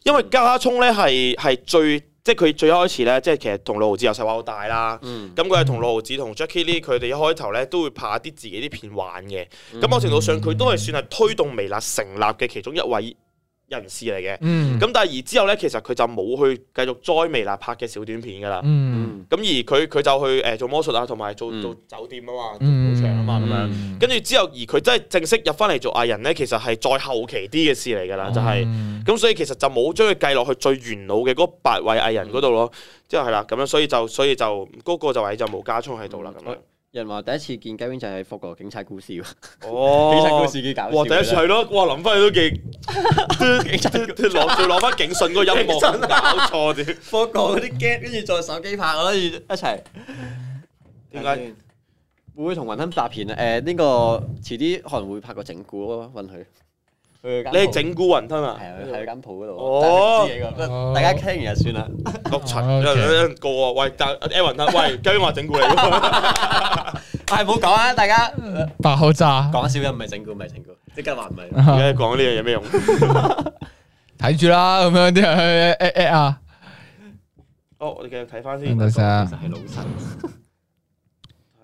因為加葱咧係係最即係佢最開始咧，即係其實同六毫子由細玩到大啦。
嗯，
咁佢係同六毫子同 Jackie Lee 佢哋一開頭咧都會拍一啲自己啲片玩嘅。咁某程度上佢都係算係推動微辣成立嘅其中一位人士嚟嘅。
嗯
咁但係而之後咧，其實佢就冇去繼續 join 微辣拍嘅小短片㗎
Ừ.
啦。
嗯
咁而佢佢就去誒做魔術啊，同埋做
嗯
做酒店啊嘛，做
嗯
賭場啊嘛咁樣。
樣
跟住之後，而佢真係正式入翻嚟做藝人咧，其實係再後期啲嘅事嚟㗎
哦
啦，就係、咁所以其實就冇將佢計落去最元老嘅嗰八位藝人嗰度咯，之後係啦，咁樣所以就所以就嗰、個就位就冇加葱喺度啦
嗯
咁樣。
有人話第一次見 Gavin 就係霍個警察故事喎， [LAUGHS] 警察故
哦，
事幾搞笑嘅。
哇！第一次係咯，哇！諗翻起都幾，
[LAUGHS]
攞再攞翻警訊嗰個音樂，搞錯啲。
霍個嗰啲 get，跟住再手機拍，我諗住一齊。
點解
會唔會同雲吞拍片啊？誒，呢個遲啲可能會拍個整蠱咯，揾佢。
你係整蠱雲吞啊？
係啊，喺間鋪嗰度。
哦
但係唔知嘅咁大家聽完就算啦。
六層
哦
有
，OK
有人告我，喂，但 Aaron 啊
[LAUGHS]
喂，究竟我係整蠱你喎，
係唔好講啊！大家
八號炸，
講笑嘅，唔係整蠱，唔係整蠱，即刻話唔
Ờ.
係。
而家講呢樣有咩用？
睇住啦，咁樣啲人去 at at 啊，
哦，我哋繼續睇
[LAUGHS]
翻先
等，陣
其
先啊
實係老神。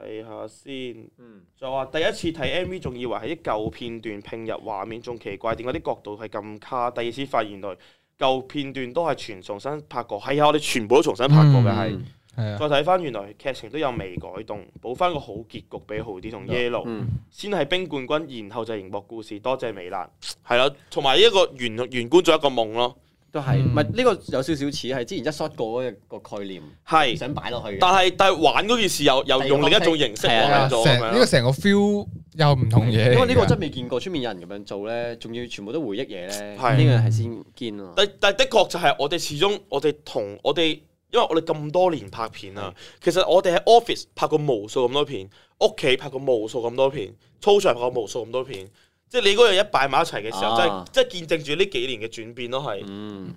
睇下先。
嗯，
就話第一次睇 MV 仲以為係啲舊片段拼入畫面，仲奇怪點解啲角度係咁卡。第二次發現原來舊片段都係全重新拍過，係啊，我哋全部都重新拍過嘅係。
係啊，
再睇翻原來劇情都有微改動，補翻個好結局俾豪啲同 Yellow，、
嗯
先係冰冠軍，然後就係熒幕故事。多謝微辣，係啦，同埋呢一個圓圓觀咗一個夢咯，
都係，
嗯
唔係呢個有少少似係之前一 shot 過嗰個概念，
係。
想擺落去嘅。
但係但係玩嗰件事又又用另一種形式
係
係啊
玩咗
成
咁
呢個
樣。
成個 feel 又唔同嘢嚟 [LAUGHS] 㗎，
因為呢個真係未見過出面有人咁樣做咧，仲要全部都回憶嘢咧，呢
係
樣係先堅啊！
但但的確就係我哋始終我哋同我哋，因為我哋咁多年拍片啊，其實我哋喺 office 拍過無數咁多片，屋企拍過無數咁多片，操場拍過無數咁多片。即係你嗰樣一擺埋一齊嘅時候，
啊
真係即係見證住呢幾年嘅轉變咯，係
嗯，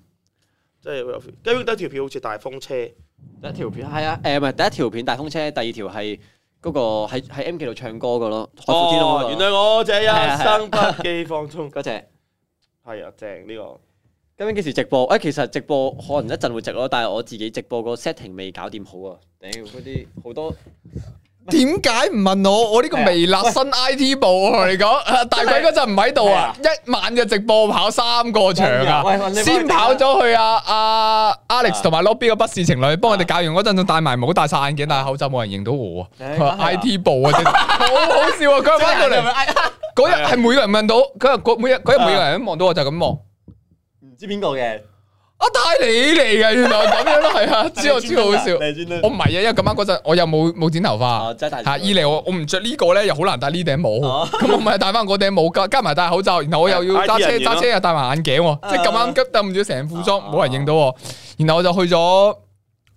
即係跟住第一條片好似大風車，
第一條片係啊，誒唔係第一條片大風車，第二條係嗰個喺喺 M 記度唱歌個咯，海闊天空
哦，原
嗰
諒我這一
係啊係啊
生不羈放
[LAUGHS]
縱，
個嗰隻。
係啊，正呢個。
咁樣幾時直播？誒，其實直播可能一陣會直咯，但係我自己直播個 setting 未搞掂好啊！屌嗰啲好多
[LAUGHS] 點解唔問我？我呢個微辣新 I T 部，我同你講，啊大鬼嗰陣唔喺度啊，一晚嘅直播跑三個場啊
喂喂，你幫佢
先跑咗去啊阿 Alex 同埋 Lobby 嘅不是情侶，幫我哋教完嗰陣仲戴埋帽、戴晒眼鏡、戴口罩，冇人認到我啊
你講下
！I T 部啊，真 [LAUGHS] 係好好笑啊！佢翻到嚟嗰日係啊每個人問到，嗰日嗰每日嗰日每個人都望到我就咁望，
唔知邊個嘅，
啊帶你嚟嘅，原來咁樣咯，係啊，之後超好笑。我唔係啊，因為咁啱嗰陣我又冇冇剪頭髮
哦，真係戴
嚇啊二嚟我我唔着呢個咧，又好難戴呢頂帽，
哦
咁我咪戴翻嗰頂帽，加加埋戴口罩，然後我又要揸
IT 啊人員
車
咯啊哦
揸車又戴埋眼鏡喎，即係咁啱急，抌唔住成副裝，冇人認到我，然後我就去咗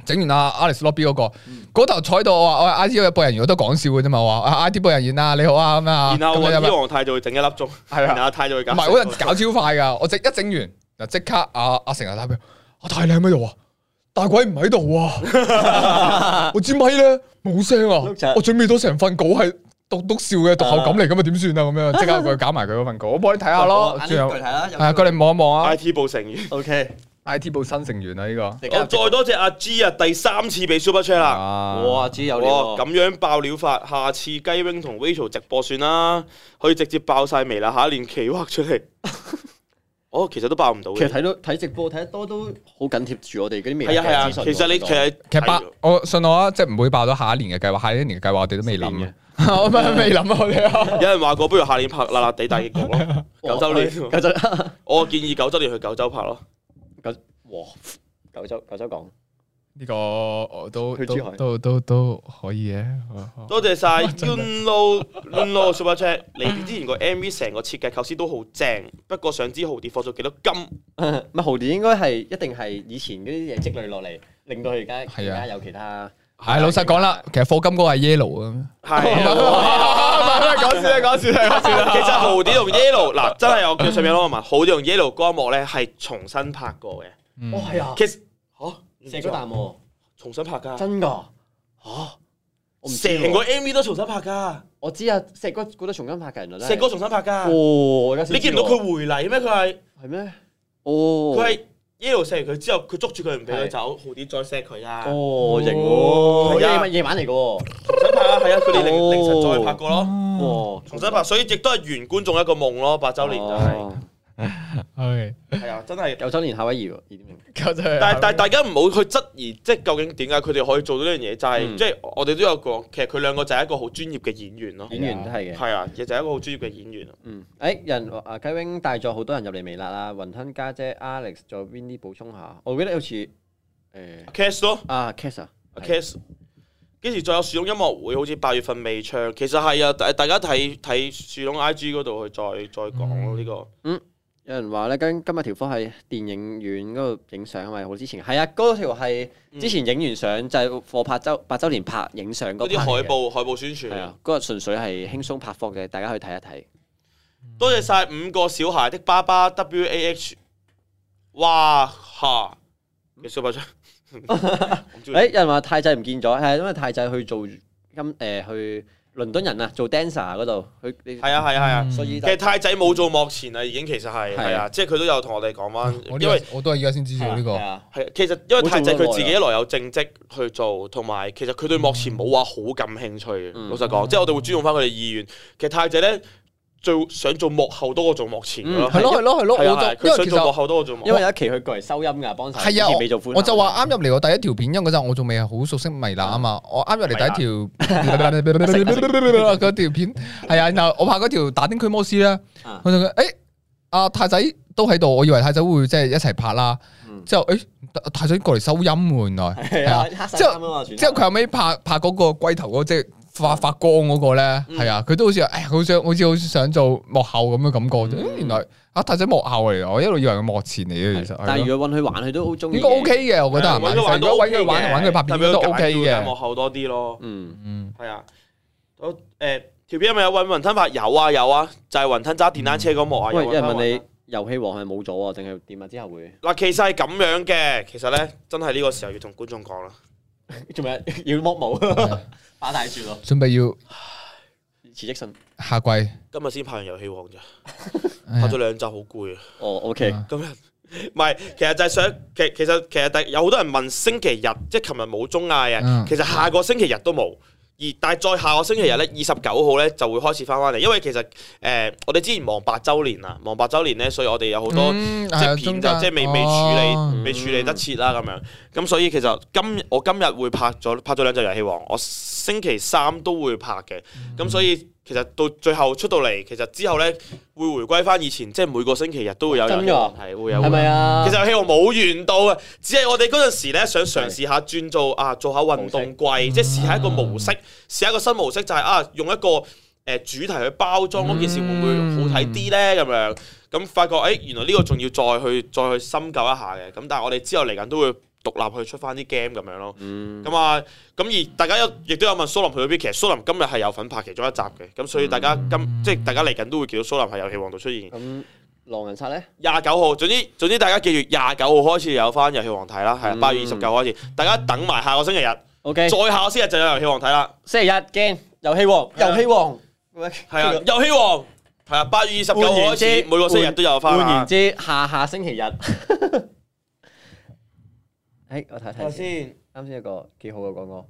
整完阿 Alex Lobby 嗰
嗯
個，嗰頭坐喺度，我話我 I T 日播人員我都講笑嘅啫嘛，我話 I T 播人員啊，你好啊咁樣啊，
然後
咁樣
揾
啊
啲黃太就會整一粒鐘，
係啊
然後太就會搞
唔係嗰陣搞超快㗎，我即一整完就即刻阿阿成日打俾我，阿大你喺咪度啊？大鬼唔喺度啊！
[LAUGHS]
我支咪咧冇聲啊
碌柒！
我準備咗成份稿係讀篤笑嘅讀後感嚟咁啊，點算啊？咁樣即刻佢搞埋佢嗰份稿，我幫你睇下咯。
眼
啊最後
具體啦，有
係啊，佢哋望一望啊
I T 部成員。
O K，
！I T 部新成員啊，呢個
你
我再多謝阿 G 啊，第三次俾 Super Chat 啦。
啊
哇，知有料
哇！
喎
咁樣爆料法，下次雞 wing 同 Rachel 直播算啦，可以直接爆晒眉啦，下一年企劃出
[LAUGHS]
嚟。哦，其實都爆唔到
其實
嘅。
睇到睇直播睇得多都好緊貼住我哋嗰啲微
係啊係啊，其實你其實
其實爆，我信我啊，即係唔會爆到下一年嘅計劃，下一年嘅計劃我哋都未諗嘅
嘅，
[LAUGHS] 我咪未諗啊我
[LAUGHS]
哋啊。
有人話過，不如下年拍辣辣地大結局咯。九周年，
九州
我建議九周年去九州拍咯。
九哇 [LAUGHS] 九州九州港，
呢個我都
去
都
珠海
都都都可以嘅。
多謝晒 Yunlo Yunlo Super Chat，你之前個 MV 成個設計構思都好正，不過想知豪啲放咗幾多金？
[LAUGHS] 唔係豪啲應該係一定係以前嗰啲嘢積累落嚟，令到佢而家而
係啊
家有其他。
係老實講啦，其實課金嗰個係 yellow 啊。 [LAUGHS]
係。
講笑啦，講笑啦，講笑啦。
其實豪啲同 Yellow 嗱，真係我叫上面攞埋，豪啲同 Yellow 嗰一幕咧係重新拍過嘅。
嗯
哦，係啊，
其實嚇
射嗰啖喎，
重新拍㗎，
真㗎嚇！我唔知喎
成個 MV 都重新拍㗎，
我知啊，石哥嗰得重金拍嘅，原來真係
石哥重新拍㗎。
哦，我而家先
你見唔到佢回禮咩？佢係
係咩？哦，
佢係 Yellow 射完佢之後，佢捉住佢唔俾佢走，豪啲再錫佢啊啦。重
哦，型
哦
喎，夜晚夜晚嚟嘅喎，
新拍啊，係啊，佢哋
哦
凌凌晨再拍過
哦
咯，
哇，
重新拍，所以亦都係原觀眾一個夢咯，八週年就係
哦
係，
係啊，真係。
九周年夏威夷喎，二點零，
咁就係
但但大家唔好去質疑，即係究竟點解佢哋可以做到呢樣嘢，就係
嗯
即係我哋都有講，其實佢兩個就係一個好專業嘅演員咯。
演員都係嘅。
係啊，亦就係一個好專業嘅演員啊。
嗯，誒人啊雞 wing 帶咗好多人入嚟微辣啦，雲吞家姐 Alex 再 Winnie 補充下，我記得好似誒
Cast 咯
啊 Kesa，
，Cast 幾時再有樹窿音樂會？好似八月份未唱，其實係啊，大大家睇睇樹窿 IG 嗰度去再再講咯呢個。
有人話咧今今日條科係電影院嗰度影相係咪？我之前係啊，嗰條係
嗯
之前影完相就係貨拍周八周年拍影相嗰
嗰啲海報海報宣
係
傳
啊，，嗰日純粹係輕鬆拍貨嘅，大家去睇一睇。
多謝晒五個小孩的爸爸 W A H，哇哈嘅 super
[LAUGHS]
獎我唔知
誒、有人話泰仔唔見咗，係啊因為泰仔去做金誒、去倫敦人啊，做 dancer 嗰度，佢你
係啊係啊係啊。
嗯
所以
其實泰仔冇做幕前啦，已經其實係
係啊
係啊，即係佢都有同我哋講翻，
嗯我呢
因為
個我都係而家先知道呢
係
個。
啊，
係其實因為泰仔
冇做咁耐
佢自己一來有正職去做，同埋其實佢對幕前冇話好感興趣嘅。
嗯
老實講，即係我哋會尊重翻佢哋意願。其實泰仔咧最想做幕後多過做幕前嘅咯，
嗯
係咯係咯係咯，
係啊
我
係啊
就
佢
因為
想
其
做幕
實
後多過做幕
因為
後。
有一期佢過嚟收音㗎，幫手
係啊
之前未做寬，
我就話啱入嚟我第一條片，因為嗰陣我仲未係好熟悉微辣啊嘛，我啱入嚟第一條 [LAUGHS] 嗰條片係啊，然後我拍嗰條打丁驅魔師咧，
啊
我就誒阿泰仔都喺度，我以為泰仔會即係一齊拍啦，之後誒泰仔過嚟收音喎，原來
[LAUGHS] 係啊，黑晒衫啊嘛，
之後佢後尾拍拍嗰個龜頭嗰個即係發發光嗰個咧，係啊，佢都好似哎呀，好想好似好想做幕後咁嘅感覺啫。嗯原來阿泰仔幕後嚟，我一路以為佢幕前嚟嘅，其實。
但係如果揾佢玩，佢都好中意。
應該 OK 嘅，我覺得係咪？
啊揾佢玩
如
都
果
OK
揾佢玩，
嘅
揾佢拍
特
片
別
都
佢揀
OK
要睇
嘅
幕。後多啲咯，
嗯，
嗯，
係啊。我誒條片係咪有揾雲吞拍？有啊有啊，就係雲吞揸電單車嗰幕啊。
嗯喂，
有
有
雲吞
人
玩
問
啊
你遊戲王係冇咗啊，定係點啊？之後會 [LAUGHS]
嗱，其實係咁樣嘅，其實咧真係呢個時候要同觀眾講啦。
仲有要剝毛， [LAUGHS] 打大樹咯，
準備要
辭職信。
下季，
今日先拍完遊戲王啫，
哎
拍
呀
咗兩集好攰啊！
哦，OK，
啊
今日唔係，其實就係想，其其實其實第有好多人問星期日，即係琴日冇綜藝啊
嗯，
其實下個星期日都冇。而但係再下個星期日咧，二十九號咧就會開始翻翻嚟，因為其實誒、呃我哋之前忙八週年啊，忙八週年咧，所以我哋有好多、
嗯
即
係啊
係片就
中間
即係未未處理嗯
哦
未處理得切啦咁樣，咁所以其實今我今日會拍咗拍咗兩集遊戲王，我星期三都會拍嘅，
嗯
咁所以其實到最後出到嚟，其實之後咧會回歸翻以前，即係每個星期日都會
哦
有遊戲王係會有
係。咪啊？
其實遊戲王冇完到啊，只係我哋嗰陣時咧想嘗試下轉做啊做下運動
嗯
季，即係試下一個模式，試下一個新模式就係、啊用一個誒、呃主題去包裝嗰件事會唔會好睇啲
嗯
咧咁樣。咁發覺誒、哎原來呢個仲要再去再去深究一下嘅。咁但係我哋之後嚟緊都會獨立去出翻啲 game 咁樣咯。
嗯，
咁啊，咁而大家有亦都有問蘇林去咗邊，其實蘇林今日係有份拍其中一集嘅，咁所以大家今、即係大家嚟緊都會見到蘇林喺遊戲王度出現。
咁狼人殺咧，
廿九號，總之總之大家記住廿九號開始有翻遊戲王睇啦，係啦，啊
嗯
八月二十九號開始，大家等埋下個星期日，再
OK，
下個星期日就有遊戲王睇啦，
星期日見遊戲王，
係啊
遊戲王，
係啊，遊戲王係啊，八月二十九號
嗯換言
開
之
始，每個星期日都有啊翻
換言
啦。
之，下下星 [LAUGHS] 期日，誒，哎我睇睇先，
先，
啱先有個幾好嘅講個，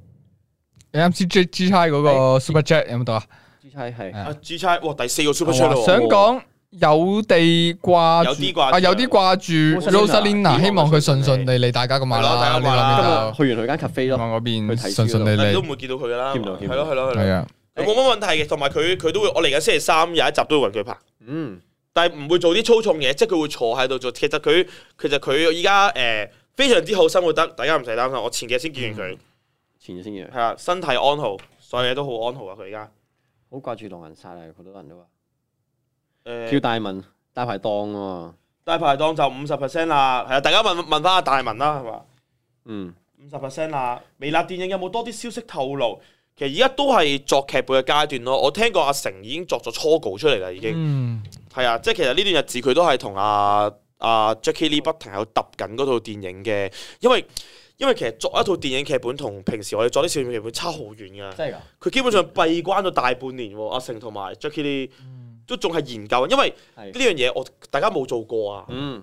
你啱先 J G 差嗰個 Super Chat 有冇到啊？
朱差係。
啊，G 差，哇，第四個 super 出
係
啦
話
喎，
想講有地掛
有啲掛住
啊，有啲掛住
Rosalina
Rosalina，希望佢順順利利，大家咁話
係咯大家
啦，啊你
咁話啊啦
諗
今日去完佢間 cafe 咯，
就望嗰邊
去睇書
順順利
但係都
利，
唔會見到佢噶啦，
見唔到
係咯係咯係
係
咯，
啊，
佢冇乜問題嘅，同埋佢佢都會，我嚟緊星期三有一集都會揾佢拍。
嗯，
但係唔會做啲粗重嘢，即係佢會坐喺度做。其實佢其實佢依家誒非常之好生活得，大家唔使擔心。我前幾日先見完佢，
前日先嘅，
係啊，身體安好，所有嘢都好安好啊！佢而家
好掛住狼人殺啊，好多人都話。叫
誒
大文大排檔喎，
大排檔就五十 percent 啦，係啊，大家問問翻阿大文啦，係嘛？
嗯，
五十 percent 啦，微辣電影有冇多啲消息透露？其實而家都係作劇本嘅階段咯。我聽過阿成已經作咗初稿出嚟啦，已經。
嗯，
係啊，即係其實呢段日子佢都係同阿阿 Jackie Lee 不停喺度揼緊嗰套電影嘅，因為因為其實作一套電影劇本同平時我哋作啲小片劇本差好遠㗎。
真係㗎，
佢基本上閉關咗大半年喎，阿成同埋 Jackie Lee
嗯
都仲係研究，因為呢
係，
樣嘢我大家冇做過啊。
嗯，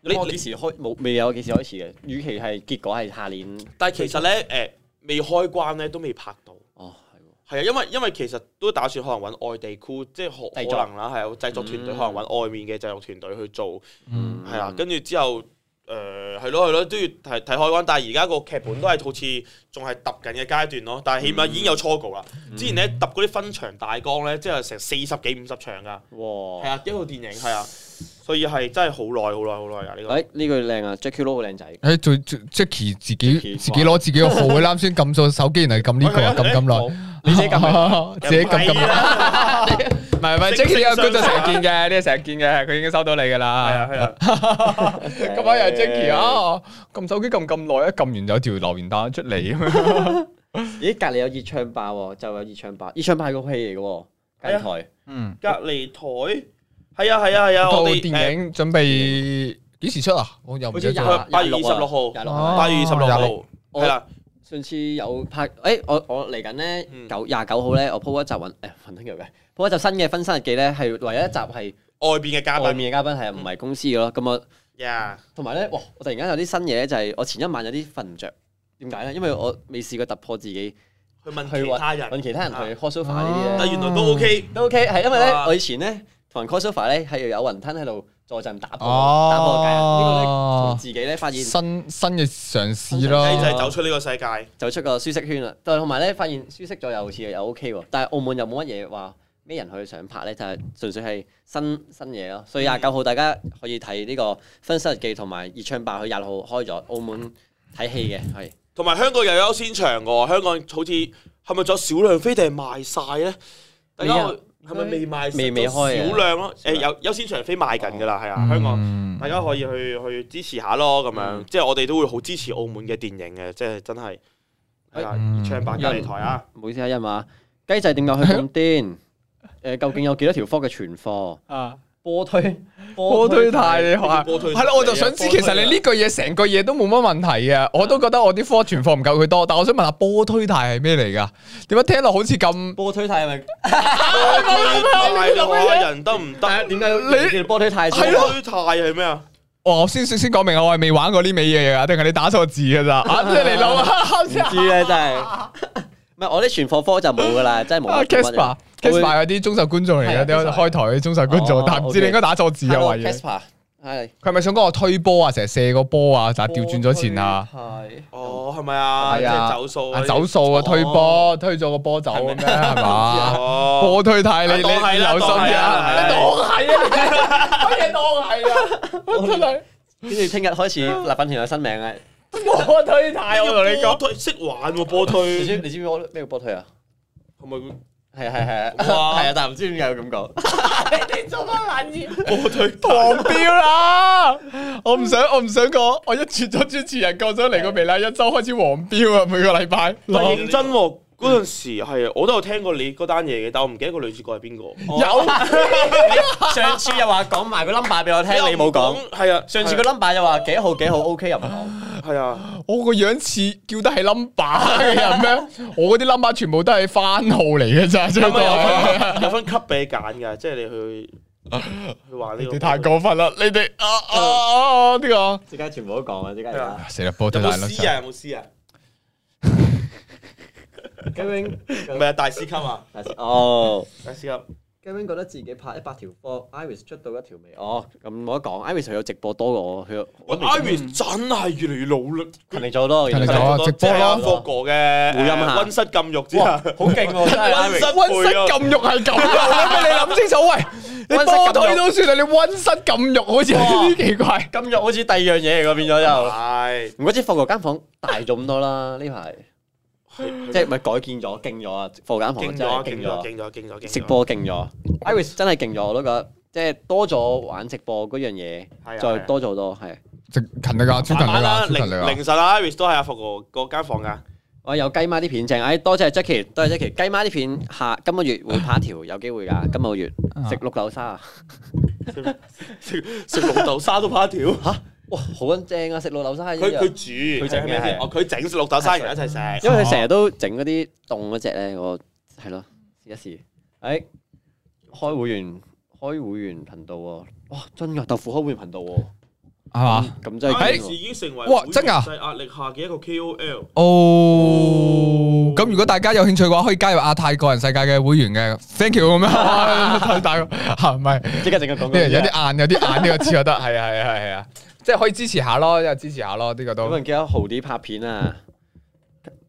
你
你我
你
幾時開冇未有幾時開始嘅？與其係結果係下年，
但係其實咧誒、未開關咧都未拍到。
哦係喎，
係啊，因為因為其實都打算可能揾外地 crew，即係可
製
可
作
能啦，係啊，製作團隊
嗯
可能揾外面嘅製作團隊去做。
嗯
係
啊
啦，跟住之後，誒係咯係咯，都要睇睇開關。但係而家個劇本都係好似仲係揼緊嘅階段咯。但係起
嗯
碼已經有初稿啦。之前咧揼嗰啲分場大綱咧，即係成四十幾五十場噶。係
哇，
啊，一套電影係啊，所以係真係好耐好耐好耐啊！呢個
哎
誒呢句靚啊，Jackie Lou 好靚 [LAUGHS] 仔，
誒，做做 Jackie 自己
Jackie，
自己攞自
[LAUGHS]
己個號，佢啱先撳咗手機，原來撳呢個
喂啊
撳咁耐，，
你自己撳嘅，
[LAUGHS] 自己撳咁
係
耐，
啊
唔係唔係
正
Jackie 呢個
正
觀
常
眾成日見嘅，呢個成日見嘅，佢已經收到你㗎
係
啦
啊。係啊，
Dạ.
今晚又係
哎
Jackie 啊！撳手機撳咁耐，一撳完有條留言彈出嚟咁樣。
咦隔離有熱唱霸喎，就有熱唱霸，熱唱霸係個戲嚟嘅喎，隔離台
[LAUGHS] 嗯，
隔離台係啊係啊係啊，
套
我哋
電
誒
影準備幾時出啊？我又唔
好
記
似
得
廿
咗。
八月
廿六
二
啊
十六號
廿六
哦
號。
八月二十六號
我
係啦，
上次有拍，誒、哎我我嚟緊咧
嗯
九廿九號咧，我 po 一集哎揾誒雲吞嘅，po 一集新嘅分身日記咧，係唯一一集係
外邊嘅嘉
外
賓
面嘅嘉賓係啊唔係公司嘅咯，咁我。
呀，
同埋咧，哇！我突然間有啲新嘢咧，就係我前一晚有啲瞓唔着。點解咧？因為我未試過突破自己，
去問
去
其他人
揾。其他人嗯
啊
去 crossover 呢啲
但
咧
原來都 OK，
都 OK。係因為咧
啊，
我以前咧同人 crossover 咧係有雲吞喺度坐陣打波，
哦
打波界啊。呢個
Ờ.
咧同自己咧發現
新新嘅嘗試
啊
雞仔走
咯。
出呢個世界，
走出個舒適圈啦。但同埋咧發現舒適咗又好似又 OK 喎。但係澳門又冇乜嘢話咩人去想拍咧，就係純粹係新新嘢咯。
嗯
所以廿九號大家可以睇呢個《分身日記》同埋《熱唱霸》，佢廿六號開咗澳門睇戲嘅係。
同埋香港又有優先場喎。香港好似係咪仲有少量飛定係賣晒咧？大
未
家
啊
係咪未賣？
未未開啊
少量咯。
少
誒
量
有優先場飛賣緊㗎啦，係啊，
嗯
香港大家可以去去支持下咯，咁樣
嗯
即係我哋都會好支持澳門嘅電影嘅，即係真係係啦，
嗯
唱版隔離台啊，
唔好意思啊，因話雞仔 [LAUGHS] 點解佢咁癲？誒、究竟有幾多條科嘅存貨？
啊！
波 [LAUGHS] 推
波推太你話
波推
係咯，我
啊
就想知
波
其
推
實你呢句嘢成句嘢都冇乜問題嘅，我都覺得我啲科存貨唔夠佢多，但我想問下波推太係咩嚟㗎？點解聽落好似咁？
波推太係咪？
波推泰嘅話，人得唔得？
點解你叫波推太先？
波推泰係咩啊？
哦，我先先先講明，我係未玩過呢味嘢㗎，定係你打錯字
[LAUGHS]
㗎咋？啊，即係你老 [LAUGHS] 啊！
唔知咧，真 [LAUGHS] 係。唔係我啲存貨科就冇噶啦，真係冇
啊
乜做乜嘢。
，Casper，Casper 嗰啲忠實觀眾嚟
係
嘅，
啊
啲
，Casper
開台嗰啲忠實觀眾
哦，
但唔知
OK
你應該打錯字啊，懷疑。
Casper，係
佢係咪想講我推波啊，成日射個波啊，但係調轉咗前啊，
係
哦，係咪啊？即
係啊
係走數
啊
啊，
走數啊，推波，推咗個波走咁樣係嘛？
哦
啊波推太你你你
當係啦
留心啲啊！
當係啦
你當係啊，乜嘢當係啊？我真係
跟住聽日開始立品團有新名啊！
波推太，我同你
波
講，
推識玩喎波
你 [LAUGHS]
推，
知你知唔知我咩叫波推啊？
係咪
係係係，
哇
[LAUGHS] 係啊，但係唔知點解要咁講。你做乜撚嘢？
我對
黃標啦！我唔想，我唔想講，我一轉咗主持人，過咗嚟個微辣一周開始黃標啊！每個禮拜，
但認真喎，嗰陣時係我都有聽過你嗰單嘢嘅，但我唔記得個女主角係邊個。
有
上次又話講埋個 number 俾我聽，你冇講。，
係啊，
上次個 number 又話幾號幾號 OK 又唔講。
係啊，
我個樣似叫得係 number 嘅
[LAUGHS]
人咩？我嗰啲 number 全部都係番號嚟嘅咋，真
咁
係。
啊有分有分級俾你揀㗎，即係你去去玩呢個。
你太過分啦！你哋啊啊啊！呢個
即刻全部都講啊！即刻
係啊
而
死啦，波
有冇詩啊？有冇詩啊？
家。Gavin
唔係啊，大師級啊，
哦。
大師級。
Gavin 覺得自己拍一百條科，Iris 出到一條尾。哦，咁冇得講。Iris 佢有直播多過我，佢有我都未
Iris 真係越嚟越努力，
勤力咗好多。
勤力
原來
咗啊直播咯
霍哥嘅
回音下
温室禁慾之
哇，
下
好，勁喎！ [LAUGHS] 真係
溫室
Iris。
温室禁肉係咁 [LAUGHS] 用嘅咩？你諗清楚喂，你波腿都算啦，你温室禁肉好似有啲奇怪。
今日好似第二樣嘢嚟㗎，變咗又。
係
唔怪之霍哥間房大咗咁多啦，呢排
係
即係咪改建咗、勁咗啊？霍哥間
勁
房真
咗，
係
勁
勁
咗，勁
咗，
咗，勁咗，勁咗
直播勁咗，Iris 真係勁咗，我都覺得即係多咗玩直播嗰樣嘢，
係啊
再多咗好多係。
勤力啊，超
慢慢啦，凌凌晨啊，Iris 都係阿霍哥嗰間房㗎。
我哦有雞媽啲片正，哎多謝 Jackie，多謝 Jackie，雞媽啲片下今個月會拍一條，有機會㗎，今個
[LAUGHS]
月食綠豆沙啊！
食食綠豆沙都拍一條，
嚇哇，好撚正啊！食綠豆沙係一
佢佢
樣，
煮，
佢整嘅
咩
係啊
哦，佢整綠豆沙，然後一齊食。
因為佢成日都整嗰啲凍嗰只咧，我係咯試一試。哎，開會員開會員頻道喎，哇真㗎，豆腐開會員頻道喎。
係嘛？
咁真係
哎
勁喎
已經成為
哇真㗎
會員制壓力下嘅一個 KOL。
哦，咁如果大家有興趣嘅話，可以加入亞太個人世界嘅會員嘅，thank you 咁樣，太大個嚇唔 [LAUGHS] 係，
即刻整個廣告
呢個哎有
有
啲硬有啲硬呢個詞我覺得係啊係啊係啊，即係可以支持下咯，又支持下咯，呢個
有
啊
都
人記得豪啲拍片啊，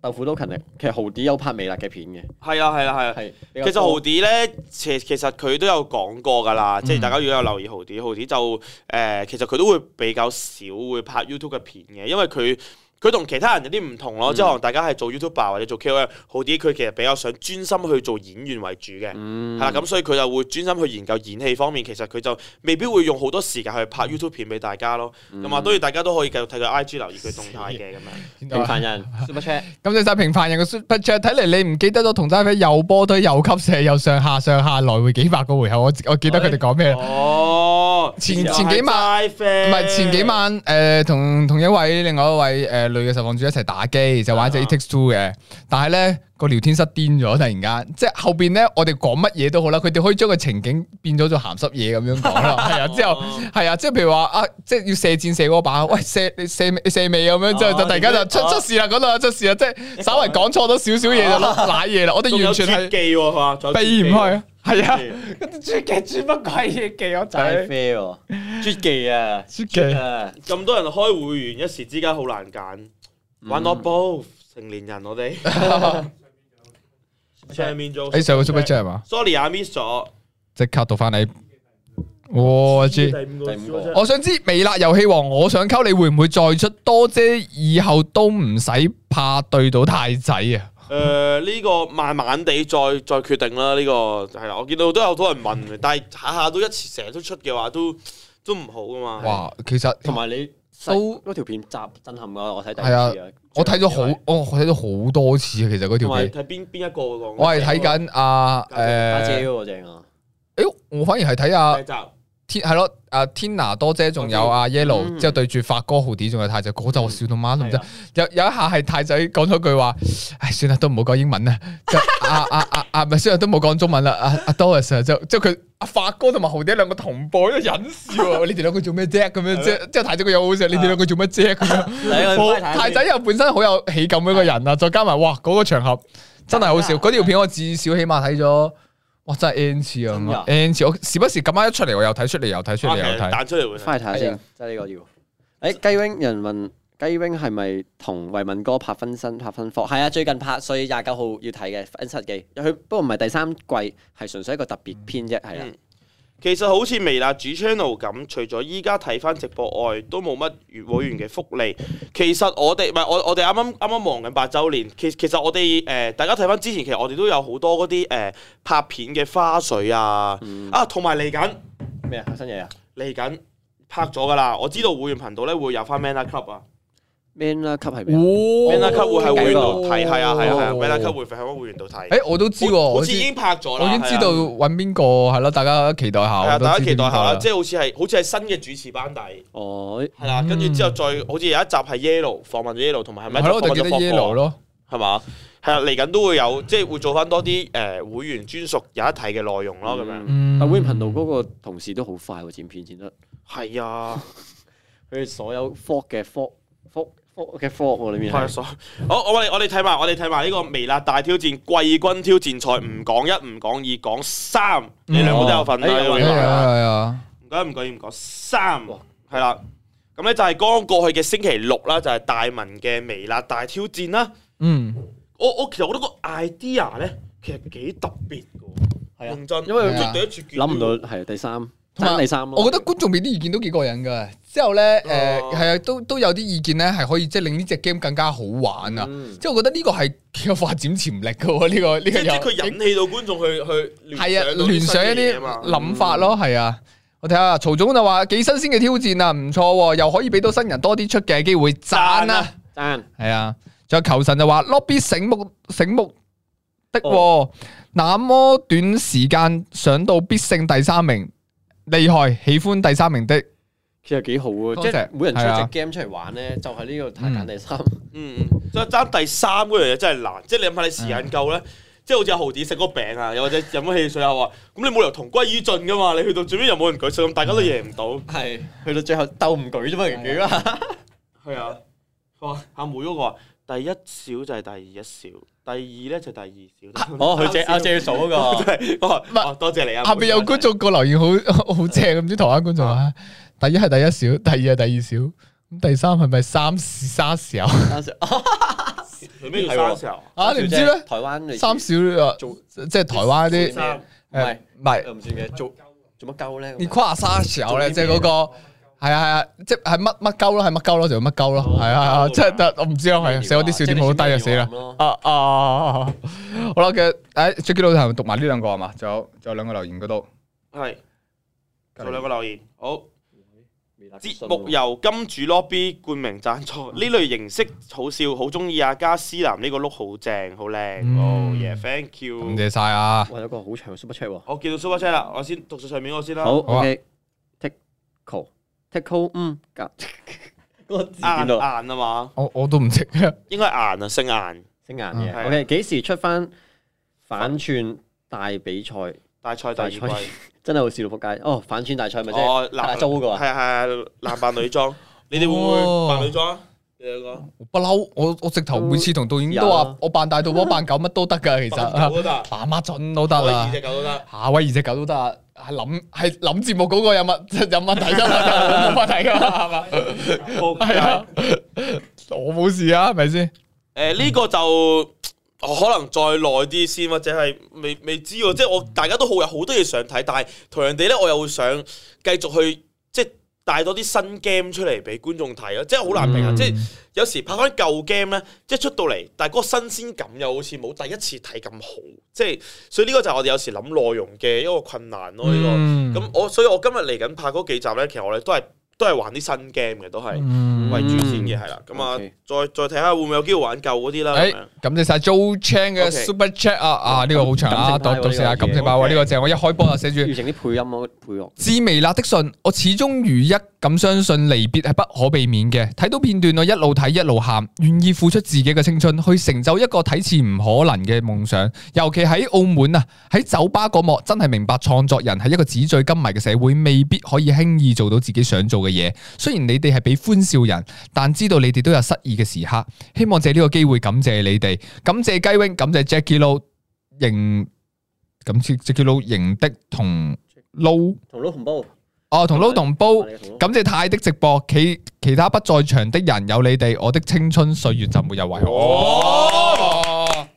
豆腐都勤力。其實豪啲有拍微辣嘅片嘅，
係啊係啊係啊。
係比較
其實
多
豪迪咧，其其實佢都有講過㗎
嗯
啦，即係大家如果有留意豪迪，豪迪就誒、呃其實佢都會比較少會拍 YouTube 嘅片嘅，因為佢佢同其他人有啲唔
嗯
同咯，即係可能大家係做 YouTuber 或者做 KOL，豪迪佢其實比較想專心去做演員為主嘅，
嗯
嗯
係啦、咁所以佢就會專心去研究演戲方面，其實佢就未必會用好多時間去
嗯
拍 YouTube 片俾大家咯，咁啊、當然大家都可以繼續睇佢 IG 留意佢動態嘅咁樣。
平凡人 super chat，
咁你晒平凡人嘅 super chat，睇嚟你唔記得咗同齋啡又波推又吸射又上下上下來回幾百個回合，我我記得佢哋講咩啦。
哦，
前前幾晚
唔
唔係前幾晚誒、呃同同一位另外一位誒、呃女嘅受訪者一齊打機，就玩只
啊
It Takes Two 嘅，但係咧個聊天室癲咗，突然間，即係後邊咧我哋講乜嘢都好啦，佢哋可以將個情景變咗做鹹濕嘢咁樣講
哦
啦，係啊，之後係啊，即係譬如話啊，即係要射箭射嗰把，喂射你射你射尾咁樣，之後就突然間就出
哦
出事啦，嗰度就出事啦，即係稍微講錯咗少少嘢就甩瀨嘢啦，我
哦仲
哋
有
完全
絕
係
技喎，係嘛？仲有絕
避
技喎
唔開，係啊
絕技，
絕技絕乜鬼嘢技我
真係 fair 喎，絕技啊，
絕技
啊，
[LAUGHS] 咁多人開會員，一時之間好難揀。玩 not both，成年人我 [LAUGHS] 哋上面做。
哎你上個 super chat 係嘛？
Sorry 啊，miss 咗。
即刻讀翻你。哇！
第
知，
五個
第五
super
個
chat
我想知微辣遊戲王，我想溝你會唔會再出多姐？以後都唔使怕對到太仔啊！
誒呃呢個慢慢地再再決定啦。呢個係啦，我見到都有好多人問嘅，但係下下都一次成日都出嘅話，都都唔好噶嘛。
哇，其實
同埋你
都
都嗰條片集震撼㗎，我睇第一
係
次啊，
我睇咗好，哦我睇咗好多次啊！其實嗰條
同埋
片，
睇邊邊一個講？
我係睇緊阿
家姐
誒，
嗰個正啊，
誒，我反而係睇阿
第一集。
天係咯，阿 Tina 多姐，仲有阿 Yellow，
嗯
之後對住發哥豪啲，仲有太仔，嗰陣我笑到媽都唔
係
得
啊。
有有一下係太仔講咗句話，唉，算啦，都唔好講英文啦。就啊啊啊啊，咪雖然都冇講中文啦。阿阿 Doris 啊就即係佢阿發哥同埋豪啲兩個同步喺度忍笑啊， [LAUGHS] 你哋兩個做咩啫？咁樣即係即係太仔個樣好笑，你哋兩個做乜啫？咁樣。
啊
我 [LAUGHS] 太仔又本身好有喜感嘅一個人啊，再加埋哇嗰個場合真係啊好笑，嗰條片我至少起碼睇咗。哇！真係 N 次
真
啊
㗎
，N 次，我時不時咁啱一出嚟，我又睇出嚟，又睇出嚟，
啊
又
其實
睇。
彈出嚟會睇。
翻去睇下
係啊
先，即係呢個要。誒雞 wing 人問雞 wing 係咪同維文哥拍分身拍分科？係啊，最近拍，所以廿九號要睇嘅分室記。佢不過唔係第三季，係純粹一個特別篇啫，係啊
嗯。其實好似微辣主 channel 咁，除咗依家睇翻直播外，都冇乜月會員嘅福利。其實我哋唔係我我哋啱啱啱啱忙緊八週年，其其實我哋誒、呃大家睇翻之前，其實我哋都有好多嗰啲誒拍片嘅花絮啊，
嗯
啊同埋嚟緊
咩啊？新嘢啊
嚟緊拍咗㗎啦，我知道會員頻道咧會有翻 Man Up Club 啊。
？Man 啦級係咩啊？
嗯 Man
Manner Club 會喺會員度睇，係啊係啊係啊
哦
，Manner Club 會喺會員度睇。
诶，我都知喎，
好好
我
似已
知
經拍咗啦，
我已經
係啊
知道揾邊個係咯，大家期待下。
係啊，
我都
大家
知
期待下啦，
邊個
即係好似係好似係新嘅主持班底，
哦，
係啦，跟住之後再好似有一集係 Yellow 訪問咗 Yellow，同埋係咪？
係咯，我就記得 yellow 咯。
係嘛？係啊，嚟緊都會有，即係會做翻多啲誒會員專屬有一睇嘅內容咯，咁樣
嗯但 Win 頻道嗰個同事都好快喎，剪片剪得，
係啊，
佢哋所有 fog 嘅 fog fog fog 嘅 fog 喎裏面
係啊，
係。
所以好，我我哋我哋睇埋我哋睇埋呢個微辣大挑戰季軍挑戰賽，唔講一唔講二講三，你兩個都有份啦，
嗯
因為
哎
係
呀
啊係啊，
唔該唔該唔該，三
哇
係啦。咁咧就係剛過去嘅星期六啦，就係、大文嘅微辣大挑戰啦。
嗯，
我我其實我覺得個 idea 咧，其實幾特別嘅
係
喎。
啊
認真，
因為
即係第一次見
諗唔到係第三，
同埋
爭第三咯。
我覺得觀眾俾啲意見都幾過癮㗎。之後咧，誒
啊哦
係啊，都都有啲意見咧，係可以即係令呢只 game 更加好玩啊！
嗯
即係我覺得呢個係幾有發展潛力㗎喎，呢個呢
即
個
係即係
有
佢引起到觀眾去去
係啊，聯
聯
想一
啲新嘅嘢
啲
啊嘛。
諗法咯，係啊。我睇下曹總就話幾新鮮嘅挑戰啊，唔錯喎，又可以俾到新人多啲出鏡機會，
讚
讚啊
啊！
爭
係啊，仲有求神就話 lobby 醒目醒目的喎、那麼短時間上到必勝第三名，厲害，喜歡第三名的，
其實幾好啊！
多
即
謝
係每人出
係啊
一隻 game 出嚟玩咧，就係呢個太揀第三。
嗯嗯，所以爭第三嗰樣嘢真係難，即係你諗下你時間夠咧。即係好似阿豪子食個餅啊，又或者飲咗汽水啊，話咁你冇理由同歸於盡噶嘛，你去到最尾又冇人舉手，咁大家都贏唔到。
係去到最後鬥唔舉啫嘛，原表啊！
係啊，哇！阿妹嗰個話第一小就係第二一小，第二咧就第二小。
哦，佢借
[LAUGHS]
阿借嫂嗰 [LAUGHS] 個。
真係哇
係
哇多謝你啊！
下邊有觀眾個留言好 [LAUGHS] 好正，唔知台灣觀眾啊，第一係第一小，第二係第二小，咁第三係咪三沙小
做咩叫生時候？
啊？你唔知咩？
台灣嚟
三小啊，即係台灣啲
咩
三
誒唔係。
又唔算嘅，做做乜鳩咧？
你跨沙嘅時候咧，
做
即
啲
係
咩
嗰個係啊係啊，即係乜乜鳩咯，係乜鳩咯，就乜鳩咯，係啊係啊，即係我唔知啊，係啊寫我啲笑點好低啊，死啦！啊啊啊！啊好啦，嘅誒 Jackie 老頭讀埋呢兩個係嘛？仲有仲有兩個留言嗰度，
係做兩個留言。好，節
節
目由金主 lobby 冠名贊助，呢類形式好笑，好中意啊！加思南呢個碌好正，好靚。
嗯
哦，yeah，thank you
感。謝晒啊！
哇有個好長嘅 super chat 喎。
我見到 super chat 啦，我先讀咗上面嗰個先啦。
好
好啊
，OK，tickle tickle，嗯，
[LAUGHS]
夾嗰個字
硬
邊
硬
度？
啊嘛，
我我都唔識嘅，
應該硬啊，姓硬。
星眼
係啊
嘅。OK，幾時出翻反串大比賽？
大賽第二季
大，賽真係好笑到撲街。哦，反串大賽咪即係
哦，
打
男
租嗰個
係
啊？
係係男扮女裝， [LAUGHS] 你哋會唔會
哦
扮女裝啊？你兩個
我不嬲，我我直頭每次同導演都
有
話
啊
我扮大肚婆扮狗乜都得㗎，其實
扮狗都得，
扮乜準都得
扮
啦
二。隻狗都得。
夏威夷只狗都得啊，係諗係諗節目嗰個有乜有問題啫嘛，冇問題㗎嘛，係嘛？
仆
[LAUGHS] 係
街
啊，我冇事啊，係咪先？
誒呢個就我可能再耐啲先，或者係未未知喎。即係我大家都好有好多嘢想睇，但係同樣地咧，我又會想繼續去即係帶多啲新 game 出嚟俾觀眾睇咯。即係好難
嗯
平衡，即係有時拍翻舊 game 咧，即係出到嚟，但係嗰個新鮮感又好似冇第一次睇咁好。即係所以呢個就係我哋有時諗內容嘅一個困難咯。呢、個。
嗯
咁我所以我今日嚟緊拍嗰幾集咧，其實我哋都係都係玩啲新 game 嘅，都係
嗯哎
為主線嘅係啦。咁啊
OK，
再再睇下會唔會有機會玩舊嗰啲啦。咁
誒
樣，
感謝晒 Joe Chan 嘅
OK
Super Chat 啊！啊，呢個好長啊，
感性派
讀
喎
讀四下
呢個
感謝八位
OK
呢個正，我一開波就寫住
要。整啲配音咯，配樂。
致微辣的信，我始終如一咁相信離別係不可避免嘅。睇到片段，我一路睇一路喊，願意付出自己嘅青春去成就一個睇似唔可能嘅夢想。尤其喺澳門啊，喺酒吧嗰幕真係明白創作人喺一個紙醉金迷嘅社會，未必可以輕易做到自己想做嘅嘢。雖然你哋係俾歡笑人，但知道你哋都有失意嘅時刻。希望借呢個機會感謝你哋，感謝雞 wing，感謝 Jackie Lou，型感謝 Jackie Lou 型的同 Lou。
同撈同
Oh
煲，
哦，同撈同煲，
你同撈
感謝泰的直播，其其他不在場哦的人有你哋，我的青春歲月就沒有遺
哦
憾。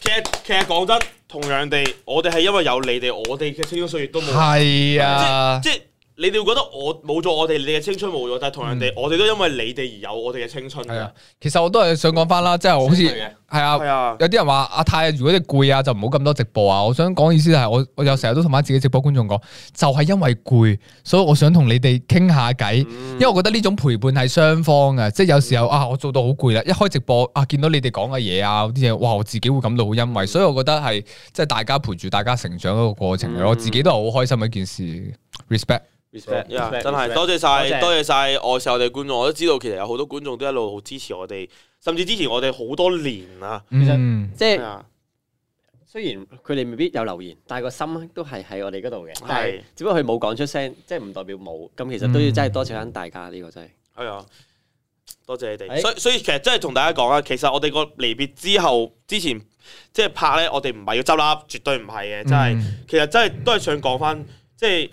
其實其實講真，同樣地，我哋係因為有你哋，我哋嘅青春歲月都冇。
係啊，
即係你哋會覺得我冇咗我哋，你嘅青春冇咗，但係同樣地，我哋都因為你哋而有我哋嘅青春。
嗯係啊，，其實我都係想講翻啦，即係我好似
相對嘅
係啊
係。啊，
有啲人話阿泰，如果你攰啊，就唔好咁多直播啊。我想講意思係，我我有成日都同翻自己直播觀眾講，就係、因為攰，所以我想同你哋傾下偈，因為我覺得呢種陪伴係雙方嘅，即係有時候啊，我做到好攰啦，一開直播啊，見到你哋講嘅嘢啊，嗰啲嘢，哇，我自己會感到好欣慰，所以我覺得係即係大家陪住大家成長嗰個過程，我自己都係好開心嘅一件事，respect。
respect，
Yeah，
respect，
真係
respect
多謝
多
晒，
謝
多謝晒愛錫我哋觀眾。我都知道其實有好多觀眾都一路好支持我哋，甚至支持我哋好多年啊。
實
嗯，
即係
啊，
雖然佢哋未必有留言，但係個心都係喺我哋嗰度嘅。但
係
係只不過佢冇講出聲，即係唔代表冇。咁其實
嗯
都要真係多謝翻大家呢個真係。
係啊。多謝你哋，
係
所以所以其實真係同大家講啊，其實我哋個離別之後之前即係拍咧，我哋唔係要執笠，絕對唔係嘅，真係。
嗯
其實真係都係想講翻，即係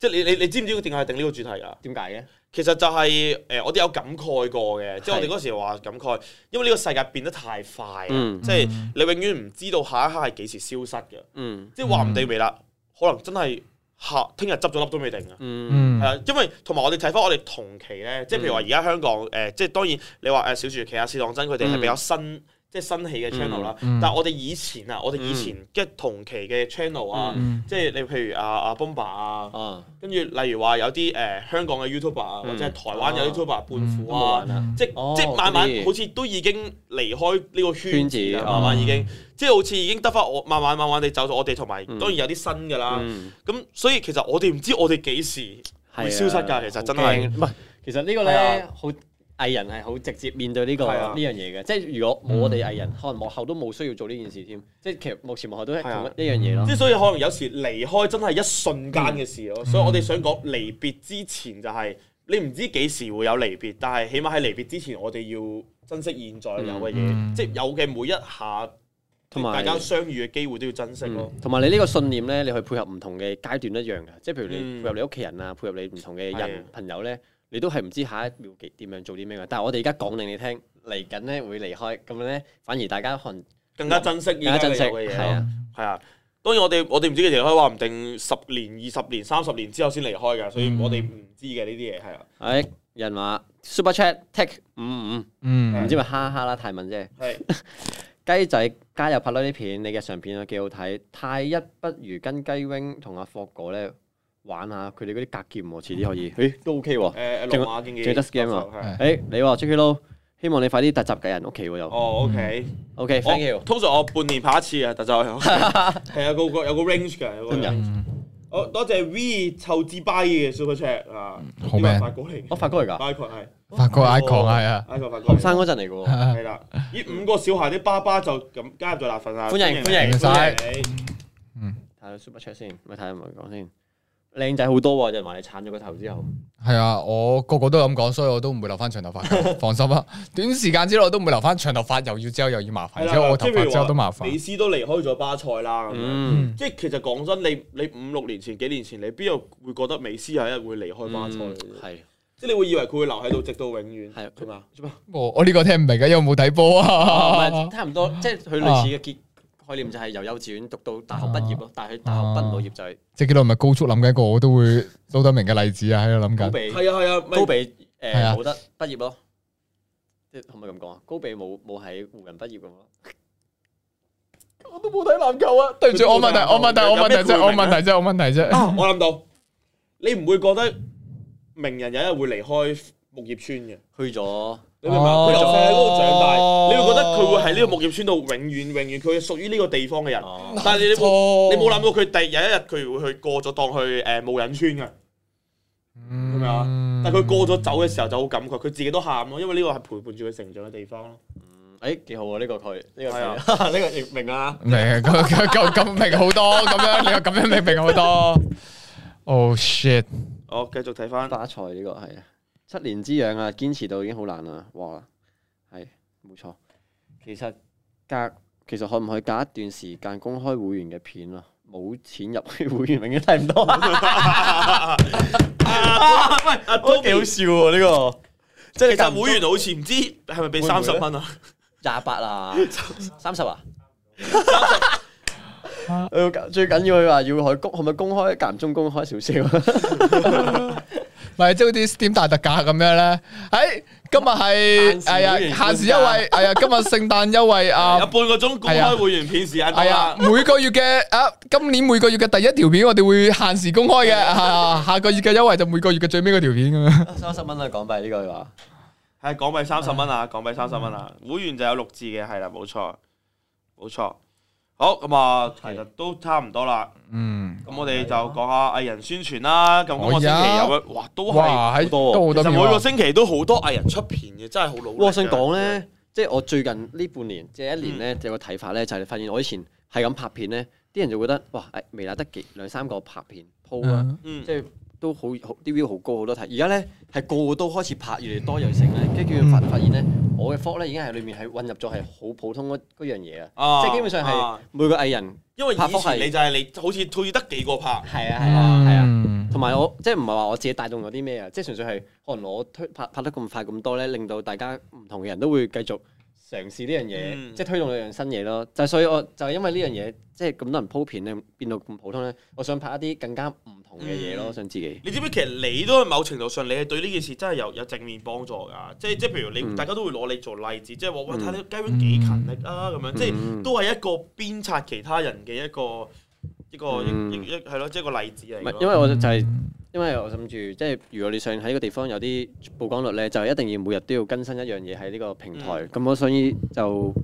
即係你你你知唔知點解定呢個主題㗎？
點解嘅？
其實就係、呃我哋有感慨過嘅，即係我哋
係
嗰時話感慨，因為呢個世界變得太快啊，
嗯
即係你永遠唔知道下一刻係幾時消失嘅，
嗯
即係話唔定未啦，可能真係下聽日執咗粒都未定啊！
嗯
嗯
係啊，因為同埋我哋睇翻我哋同期咧，即係譬如話而家香港誒、呃即係當然你話誒小樹旗啊、
嗯
試當真佢哋係比較新。即係新起嘅 channel 啦，
嗯
但係我哋以前啊，我哋以
嗯
前嘅同期嘅 channel 啊，
嗯
即係你譬如啊啊 Bomba 啊，
啊，
跟住例如話有啲誒、呃香港嘅 YouTuber 啊，或者係台灣有 YouTuber 伴虎啊，
哦嗯
即
哦
即慢慢
嗰啲
好似都已經離開呢個圈子
圈子
啦，
哦
慢慢已經即係好似已經得翻我，慢慢慢慢地走咗我哋，同埋
嗯
當然有啲新噶啦。
嗯
咁所以其實我哋唔知我哋幾時會消失㗎，其實真係
係啊好驚唔係，其實呢個
係
咧
啊
好藝人係好直接面對呢個
係啊
呢樣嘢嘅，即係如果冇我哋藝人，可能幕後都冇需要做呢件事添，即係其實幕前幕後都係
係啊
同一一樣嘢咯嗯
即。係所以可能有時離開真係一瞬間嘅事咯。所以我哋想講離別之前就係你唔知幾時會有離別，但係起碼喺離別之前，我哋要珍惜現在有嘅嘢，
嗯
即係有嘅每一下。
同埋
大家相遇嘅機會都要珍惜咯。
同埋你呢個信念咧，你去配合唔同嘅階段一樣㗎，即係譬
嗯
如你配合你屋企人啊，配合你唔同嘅
係啊
人朋友咧，你都係唔知下一秒幾點樣做啲咩㗎。但係我哋而家講定你聽，嚟緊咧會離開，咁樣咧反而大家可能
更加珍惜而
更加
家
珍
珍
惜，
惜嘅嘢
係
咯。
啊，
係啊，當然我哋我哋唔知嘅時候可以話唔定十年、二十年、三十年之後先離開㗎，所
嗯
以我哋唔知嘅呢啲嘢係啊。
誒哎人話 Super Chat take 五五，
嗯
唔知咪哈哈啦泰文啫。
係
[LAUGHS] 雞仔加入拍多啲片，你嘅相片啊幾好睇。太一不如跟雞 wing 同阿霍哥咧玩下佢哋嗰啲格劍喎，遲啲 [LAUGHS] 可以。誒都 OK 喎。
誒羅馬競技
仲有 Just Game 啊
係
誒你喎 Jacky Lou，希望你快啲突襲嘅人屋企喎又。
哦，OK，
OK，thank
我
you。
通常我半年拍一次啊，但就
[LAUGHS]
係係啊有個個有個 range 㗎，有個
真㗎
range 哦，多謝 V 臭至跛嘅 super chat 啊，
好
呢個
man
係法國嚟
我
嘅
哦發哥嚟㗎，
，icon 係
法國 icon 係啊，
，icon 法國
學
嚟嘅
生嗰陣嚟㗎喎。
係啦，呢五個小孩啲爸爸就咁加入咗辣粉啊，
歡迎歡
迎
歡你
睇下 super chat 先，咪睇下有冇人講先。靚仔好多喎，有人話你鏟咗個頭之後。
係啊，我個個都咁講，所以我都唔會留翻長頭髮，放心啦。短時間之內都唔會留翻長頭髮，又要之後又要麻煩，
係
而
啦
且我頭
即係譬
髮
如
之後
話
都麻煩
美。斯都離開咗巴塞啦，咁樣
嗯，
即係其實講真，你你五六年前、幾年前，你邊度會覺得美斯有一日會離開巴塞？
係
即係你會以為佢會留喺度直到永遠，
嗯係
係嘛？
做咩？啊
我我呢個聽唔明嘅，因為我冇睇波
唔
啊。
係差唔多，即係佢類似嘅結概念就係由幼稚園讀到大學畢業咯，但係佢大學畢唔到業就係
即係幾耐唔係高速諗緊一個我都會撈得明嘅例子啊，喺度諗
高
緊。
比。
係啊係啊，咪
高比誒
係啊
冇得畢業咯，即係可唔可以咁講啊？高比冇冇喺湖人畢業咁咯，
我都冇睇籃球啊！對唔住，我問題，我問題，我問題啫，我問題啫，我問題
[LAUGHS]
啫。
啊我諗到，你唔會覺得名人有一日會離開木葉村嘅？
去咗
你明唔明啊？
哦
佢由細喺嗰度長大，你會覺得佢會喺呢個木葉村度永遠永遠，佢係屬於呢個地方嘅人。
哦，
但係你冇
錯
你冇諗到佢第有一日佢會去過咗當去誒無人村嘅。係咪啊？但係佢過咗走嘅時候就好感慨，佢自己都喊咯，因為呢個係陪伴住佢成長嘅地方咯。
誒幾好啊！呢個佢呢個
係啊
[LAUGHS] 佢呢個亦明啊，
明咁咁咁咁明好多，咁樣你又咁樣明明好多。Oh shit！
我繼續睇
[LAUGHS]
翻，
巴塞呢個係啊，七年之癢啊，堅持到已經好難啦，哇，係冇錯。其實隔其實可唔可以隔一段時間公開會員嘅片啊？冇錢入去會員永遠睇唔到啊！
啊都幾好笑。
笑喎呢個，即
其
係
實會員好似唔知係咪俾
會唔會
三十蚊啊？
[LAUGHS] 廿八啊，三十啊，佢哎最緊要佢話要佢公，係咪公開間唔中公開少少？
咪即係好似 Steam 大特價咁樣咧。喺今日係
限時會
係啊，
員
限時優惠，
[LAUGHS]
係啊，今日聖誕優惠啊
有，半個鐘公開會員片時間到
係啊
啦，，
每個月嘅啊，今年每個月嘅第一條片我哋會限時
[LAUGHS]
公開嘅，啊下個月嘅優惠就每個月嘅最尾嗰條片咁樣。
三十蚊啊，港幣呢個 [LAUGHS] 佢話。
係港幣三十蚊啊，港幣三十蚊啊，
嗯
會員就有六字嘅，係啦，冇錯，冇錯。好咁啊，其實都差唔多啦。
嗯，
咁我
啊
哋就講下藝人宣傳啦。咁今個星期
好
有嘅，哇，都係
哇，喺
多啊
都好
其實
多片
每個
喎。
星期都好多藝人出片嘅，真係好努力。
我想講，咧，即係我最近呢半年，即係一年咧，有個睇法咧，就係你發現我以前係咁拍片咧，啲人就覺得哇，誒微辣得幾兩三個拍片鋪啊，
嗯
嗯
即，係都好好啲 view 好高好多睇。而家咧係個個都開始拍，越嚟越多又成咧，跟住發發現咧，我嘅 f o 咧已經係裡面係混入咗係好普通嗰嗰樣嘢啊，
啊
即係基本上係
啊
每個藝人
因為以
拍幅係
前你就係你好似好似得幾個拍，
係啊係啊係啊。
嗯
同埋我即係唔係話我自己帶動咗啲咩啊？即係純粹係可能我推拍拍得咁快咁多咧，令到大家唔同嘅人都會繼續嘗試呢樣嘢，
嗯
即係推動兩樣新嘢咯。就係所以我就係因為呢樣嘢，即係咁多人鋪片咧，變到咁普通咧，我想拍一啲更加唔同嘅嘢咯，
嗯
想自己。
你知唔知其實你都係某程度上，你係對呢件事真係有有正面幫助㗎。即係即係譬如你、
嗯
大家都會攞你做例子，即係話喂
嗯
睇你雞 wing 幾勤力啊咁樣，即係
嗯
都係一個鞭策其他人嘅一個一個
嗯
一一係咯，即係一個例子嚟
唔
㗎
係
咯。
因為我
嗯
就係、因為我諗住，即係如果你想喺個地方有啲曝光率咧，就一定要每日都要更新一樣嘢喺呢個平台。
嗯
咁、我所以就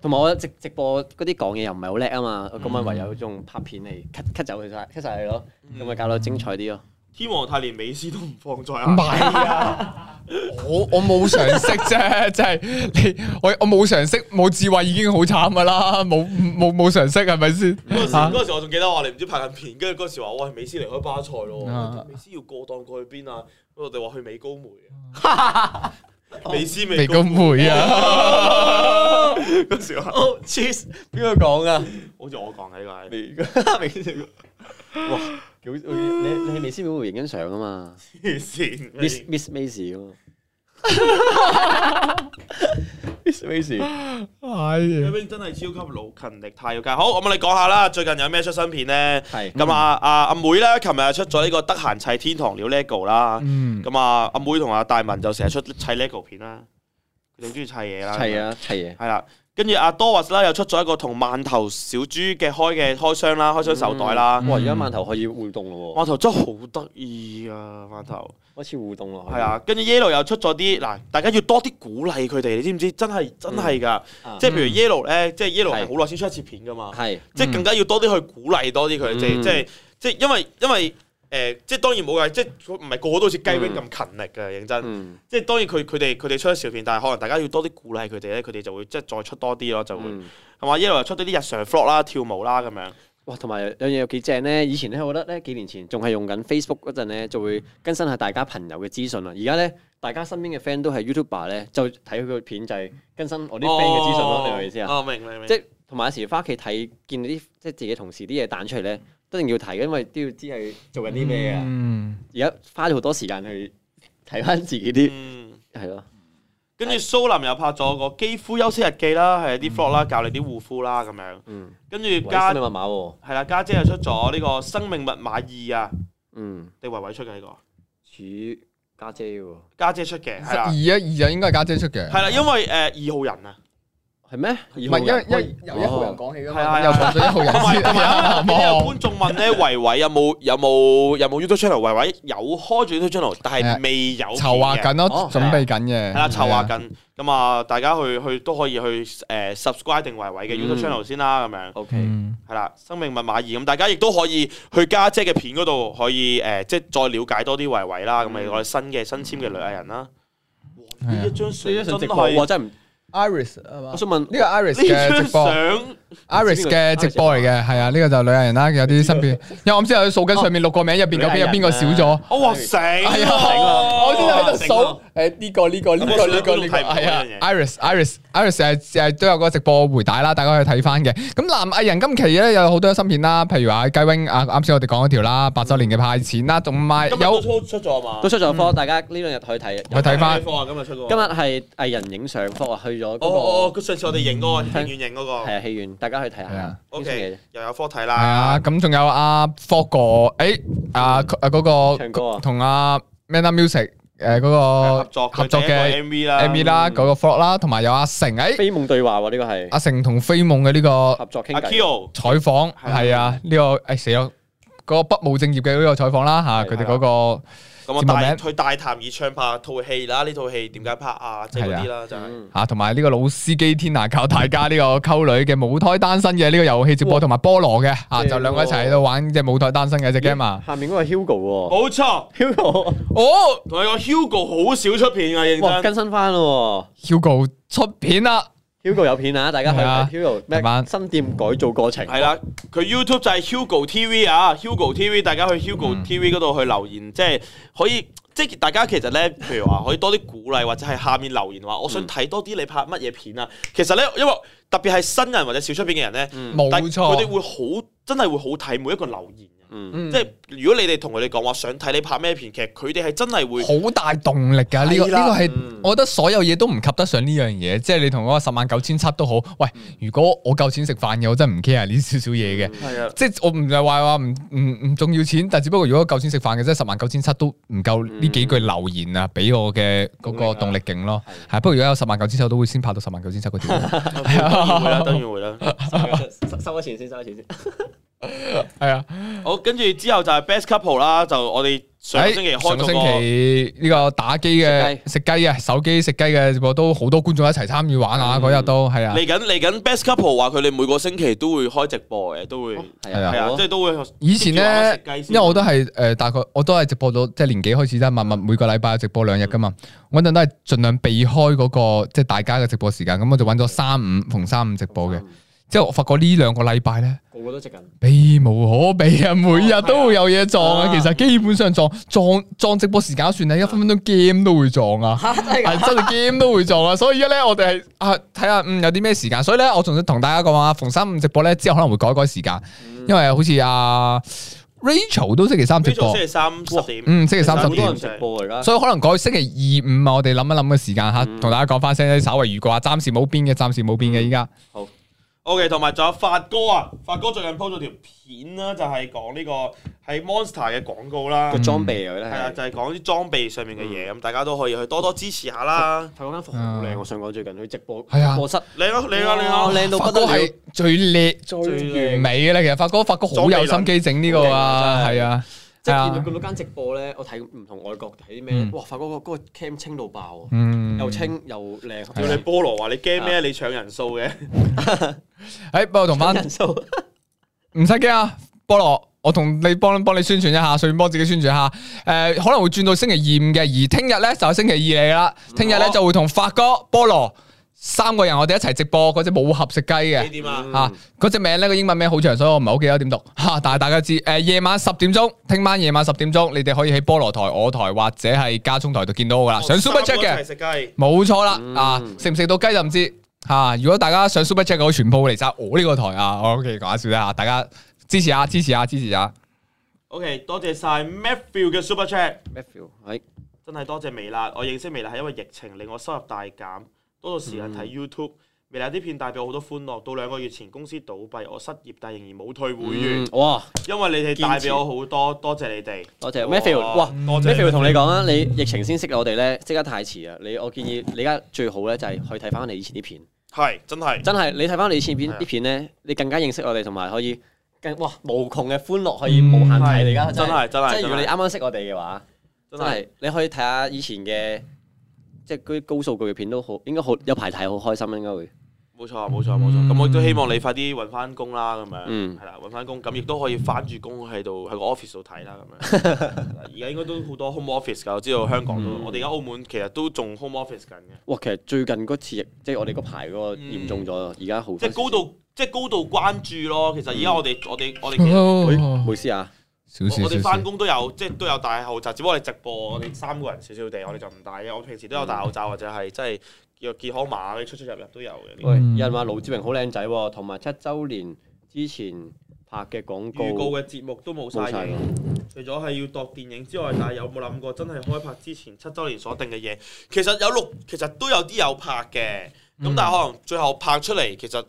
同埋我直直播嗰啲講嘢又唔係好叻啊嘛，咁咪唯有用拍片嚟 cut cut 走佢晒，cut 晒佢咯，咁咪搞到精彩啲咯。
天王太連美斯都唔放在
唔
眼，
係啊，我我冇常識啫， [LAUGHS] 即係你我我冇常識，冇智慧已經好慘噶啦，冇冇冇常識係咪先？
[LAUGHS] 嗰陣時
啊
嗰陣時我仲記得我哋唔知拍緊片，跟住嗰陣時話喂美斯離開巴塞咯
啊，
美斯要過檔過去邊啊？我哋話去美高梅
[LAUGHS]
啊，美斯
未
美高
咁
梅
霉啊！
嗰時話，
哦，cheese，邊個講啊？
好似我講嘅呢個係。
微微笑，哇！幾好你你係微師妹會影緊相啊嘛
黐線
，Miss 啊
嘅
Miss Macy 啊嘛，Miss Macy。
[LAUGHS] 哎呀，
Kevin 真係超級老勤力太要加。好，咁我哋講下啦，最近有咩出新片呢？
係
咁啊啊阿妹咧，琴日出咗呢個得閒砌天堂鳥 LEGO 啦。
嗯，
咁啊阿妹同阿大文就成日出砌 LEGO 片啦，佢哋好中意砌嘢啦。
砌，啊砌嘢，
係啦。跟住阿 Doris 啦，又出咗一個同饅頭小豬嘅開嘅開箱啦，開箱手袋啦。
哇！而家饅頭可以互動咯喎，
饅頭真係好得意啊！饅頭。
開始互動咯，
係啊，跟住 Yellow 又出咗啲嗱，大家要多啲鼓勵佢哋，你知唔知？真係真係㗎，
啊
即係譬如 Yellow 咧，即係 Yellow
係
係好耐先出一次片㗎嘛，
係，
即係更加要多啲去鼓勵多啲佢，即係
嗯
即係即係因為因為誒，即係當然冇計，即係唔係個個都好似雞 wing 咁勤力嘅，認真。
嗯
即係當然佢佢哋佢哋出咗小片，但係可能大家要多啲鼓勵佢哋咧，佢哋就會即係再出多啲咯，就會
嗯，
係嘛？Yellow 又出咗啲日常 vlog 啦、跳舞啦咁樣，
哇！同埋有樣嘢有幾正咧，以前咧，我覺得咧幾年前仲係用緊 Facebook 嗰陣咧，就會更新下大家朋友嘅資訊啦。啊而家咧，大家身邊嘅 friend 都係 YouTuber 咧，就睇佢個片就係更新我啲 friend 嘅資訊咯，你明唔明意思啊？
哦，明明明
哦即。係同埋有時翻屋企睇見到啲即係自己同事啲嘢彈出嚟咧，都一定要睇，因為都要知係做緊啲咩啊。
嗯，
而家花咗好多時間去睇翻自己啲
嗯
係咯，
跟住蘇林又拍咗個肌膚休息日記啦，係啲 vlog 啦，教你啲護膚啦咁樣。
嗯，
跟住
維
家
生密碼喎，
係啦，家姐又出咗呢個《生命密碼二》啊，
嗯。
定維維出嘅呢個，
似家姐喎，
家姐出嘅係
二啊
啦，
二就應該係家姐出嘅，
係啦，因為誒二號人啊，
係咩？唔
唔係因為因為由一號人講起噶
哦係啊係啊
嘛，又講咗一 [LAUGHS] 號人
同埋
先
同埋
啊，
啱啱有
望
觀眾問咧，維維有冇有冇有冇 YouTube channel？維維有開咗 YouTube channel，但係未有
啊籌劃
片嘅。
緊咯
哦，
準備緊嘅，
係啦，籌劃
係啊。
緊咁啊！大家去去都可以去誒 subscribe 定維維嘅 YouTube
嗯
channel 先啦，咁樣。
O K，
嗯
係啦，生命密碼二咁，大家亦都可以去家姐嘅片嗰度，可以誒、呃即係再了解多啲維維啦，咁
嗯
咪、我哋新嘅新簽嘅女藝人啦。哇！呢一張相
所以一
真
上直播，我
係，
真係唔，
，Iris 啊嘛
我，想問
呢個 Iris 啊嘅
呢張
直播
相
，Iris 嘅直播嚟嘅，係啊，呢個就女藝人啦，有啲
[LAUGHS]
新片，因為我唔知佢數緊上面六個名入邊究竟有邊個少咗。
我話哦醒
係
啊！
啊，我先喺度
醒啊
數，誒呢個呢個呢個呢個呢個係啊，Iris Iris Iris 誒誒都有個直播回帶啦，大家可以睇翻嘅。咁男藝人今期咧有好多新片啦，譬如話雞 wing 啊，啱先我哋講嗰條啦，八週年嘅派錢啦，同埋
今日都
有
出出咗啊嘛？
都出咗科，大家呢兩日可以睇。
我睇翻
咩科啊，今日出咗。
今日係藝人影相科啊，去咗
哦哦，
嗰
哦上次我哋影嗰個
嗯
影院影嗰個
個係啊戲院，大家去睇
係啊
下。
O
呢出嘢
K，又有科睇
系啊，
啦，
咁仲有阿 Fog 哥，诶，啊佢啊嗰
唱歌
個
啊
同阿 Mana Music 诶嗰個
合作
合作嘅
M V 啦
MV 啦，嗰個 Fog 啦，同埋有阿成，诶，
飛夢對話喎，呢個係
阿成同飛夢嘅呢個
合作傾
阿
偈。
Kyo
採訪
係啊
係啊，呢個诶死咗嗰個不務正業嘅呢個採訪啦吓，
啊
係
佢哋嗰個
咁啊
節目名
大佢大談以唱拍套戲啦，呢套戲點解拍啊？即係嗰啲啦，就係
嗯
吓，同埋呢個老司機天涯教大家呢個溝女嘅舞台單身嘅呢個遊戲直播，
哇
同埋菠蘿嘅啊，
正
就兩個一齊喺度玩隻舞台單身嘅只 game 啊，
下面嗰個 Hugo
冇
喎
錯。
，Hugo
哦
同你講 Hugo 好少出片啊，
哇
認真
更新翻咯
，Hugo 出片啦。
喎，Hugo 有片啊，大家去
係啊
睇 Hugo
係嘛
咩新店改造過程。
係啦，佢 YouTube 就係 Hugo TV 啊，Hugo TV，大家去
嗯
Hugo TV 嗰度去留言，即係可以。即係大家其實咧，譬如話可以多啲鼓勵，或者係下面留言話，
嗯
我想睇多啲你拍乜嘢片啊。其實咧，因為特別係新人或者少出片嘅人咧，
冇
嗯但
錯
佢哋會好真係會好睇每一個留言嘅。
嗯，
即係如果你哋同佢哋講話想睇你拍咩片，其實佢哋係真係會
好大動力㗎！呢
係
個呢
啦
個係
嗯，
我覺得所有嘢都唔及得上呢樣嘢。即係你同嗰個十萬九千七都好，喂，
嗯
如果我夠錢食飯嘅，我真係唔 care 呢少少嘢嘅。
係啊，
即係我唔係話話唔唔唔重要錢，但只不過如果夠錢食飯嘅，即係十萬九千七都唔夠
嗯
呢幾句留言啊，俾我嘅嗰
啊
個動力勁咯。係，不過如果有十萬九千七，我都會先拍到十萬九千七嗰
[LAUGHS]
條。
當然 [LAUGHS] 會啦，當然會
[LAUGHS]
啦。
收收咗錢先，收咗錢先。
係啊，
好，跟住之後就係 Best Couple 啦，就我哋上個星期
喺哎上
開
個
嗰
星
個
期呢個打機嘅食雞啊，手機食雞嘅直播都好多觀眾一齊參與玩啊！
嗯
嗰日都係啊。
嚟緊嚟緊 Best Couple 話佢哋每個星期都會開直播嘅，都會係
係啊
啊，即係都會
以前
慢慢
咧
食雞，先啊
因為我都係誒、呃大概我都係直播到即係年幾開始啫，默默每個禮拜直播兩日噶嘛。我嗰陣都係盡量避開嗰、個即係大家嘅直播時間，咁我就揾咗三五逢三五直播
嗯
嘅。之後我發覺呢兩個禮拜咧，
個個都食緊。
避無可避啊！每日都會有嘢撞啊，
啊
其實基本上撞撞撞直播時間都算啦，一分分鐘 game 都會撞啊！係真係 game 都會撞啊！所以而家咧，我哋係啊睇下嗯有啲咩時間，所以咧我仲想同大家講啊，逢三五直播咧之後可能會改改時間，因為好似阿 Rachel 都星期三直
Rachel
播
星，期三十點，
嗯星期三
好
十
多
點
人。直播而家。
所以可能改星期二五啊，我哋諗一諗嘅時間吓，同大家講翻聲，稍微預告下，暫時冇變嘅，暫時冇變嘅，依家
OK，同埋仲有發哥啊，發哥最近 po 咗條片啦，就係講呢個係 Monster 嘅廣告啦
個，
嗯
裝備啊，佢
係啊，
咧
就係講啲裝備上面嘅嘢，咁大家都可以去多多支持下啦。
泰國間服好靚，我想講最近佢直播
啊係啊
課室
靚啊靚啊靚啊！
靚到
發
不得
哥
了
係。最叻最完美嘅咧，其實發哥發哥好有心機整呢個啊，
裝備
係啊，
即
係
係見
啊
到，咁多間直播咧，我睇唔同外國睇啲
嗯
咩，哇！發覺嗰個嗰個 cam 清到爆啊，
嗯，
又清又靚，
叫你菠蘿話你驚
啊
咩？你搶人數嘅，
誒，哎不過
[LAUGHS]
同翻。
人數
唔使驚啊，菠蘿，我同你幫幫你宣傳一下，順便幫自己宣傳一下。誒、可能會轉到星期二五嘅，而聽日咧就係星期二嚟啦。聽日咧就會同發哥、菠蘿三個人我哋一齊直播嗰只武俠食雞
你
嘅。
點啊？
啊！嗰只名呢個英文名好長，所以我唔係好記得點讀 [LAUGHS] 嚇、但係大家知誒、夜晚十點鐘，聽晚夜晚十點鐘，你哋可以喺菠蘿台、我台或者係家中台度見到我
哦
噶啦。啊上 Super Chat 嘅
一齊。食雞，
冇錯啦，啊，食唔食到雞就唔
嗯
知吓、啊如果大家上 Super Chat 嘅，我全部嚟晒我呢個台啊。我 OK，講下笑啦大家支持下，支持下，啊支持下。
OK，多謝晒 Matthew 嘅 Super Chat，
Matthew 係
真係多謝微辣。我認識微辣係因為疫情令我收入大減，多咗時間睇 YouTube。微辣啲片帶俾我好多歡樂。到兩個月前公司倒閉，我失業，但仍然冇退會員，
嗯哇！
因為你哋帶俾我好多，多謝你哋。
多謝 Matthew，哇
嗯
多謝
Matthew 同你講啊，你疫情先識我哋咧，即刻太遲啊！你我建議你而家最好咧就係去睇翻你以前啲片，
係真係。
真係你睇翻你以前片
係啊
啲片咧，你更加認識我哋，同埋可以更哇無窮嘅歡樂可以無限睇你而家
真嗯係真係
即係如果你
真係
啱啱識我哋嘅話，真
真係
係你可以睇下以前嘅即係嗰啲高數據嘅片都好，應該好有排睇，好開心應該會。
冇錯冇錯冇錯，咁我亦都希望你快啲揾翻工啦，咁樣
嗯
係啦，揾翻工，咁亦都可以翻住工喺度喺個 office 度睇啦，咁 [LAUGHS] 樣。而家應該都好多 home office 㗎，我知道香港都，我哋而家澳門其實都仲 home office 緊嘅，
哇！其實最近嗰次疫，即係我哋嗰排嗰個嚴重咗，而家好
嗯即係高
度，
度即係高度關注咯。其實而家我哋我哋我哋其實
喂
哦
唔好意思啊，
少
我
少
我哋
少
翻
少。
工都有即係都有戴口罩，只不過我哋直播我哋三個人少少地，我哋就唔戴嘅。我平時都有戴口罩或者係即係叫健康碼嗰啲出出入入都有嘅。
喂，
嗯
有人話盧志榮好靚仔喎，同埋七週年之前拍嘅廣
預告
告
嘅節目都冇
冇
晒
晒
嘢
喎。。
除咗係要度電影之外，但係有冇諗過真係開拍之前七週年所定嘅嘢？嗯其實有六，其實都有啲有拍嘅，咁、但係可能最後拍出嚟，其實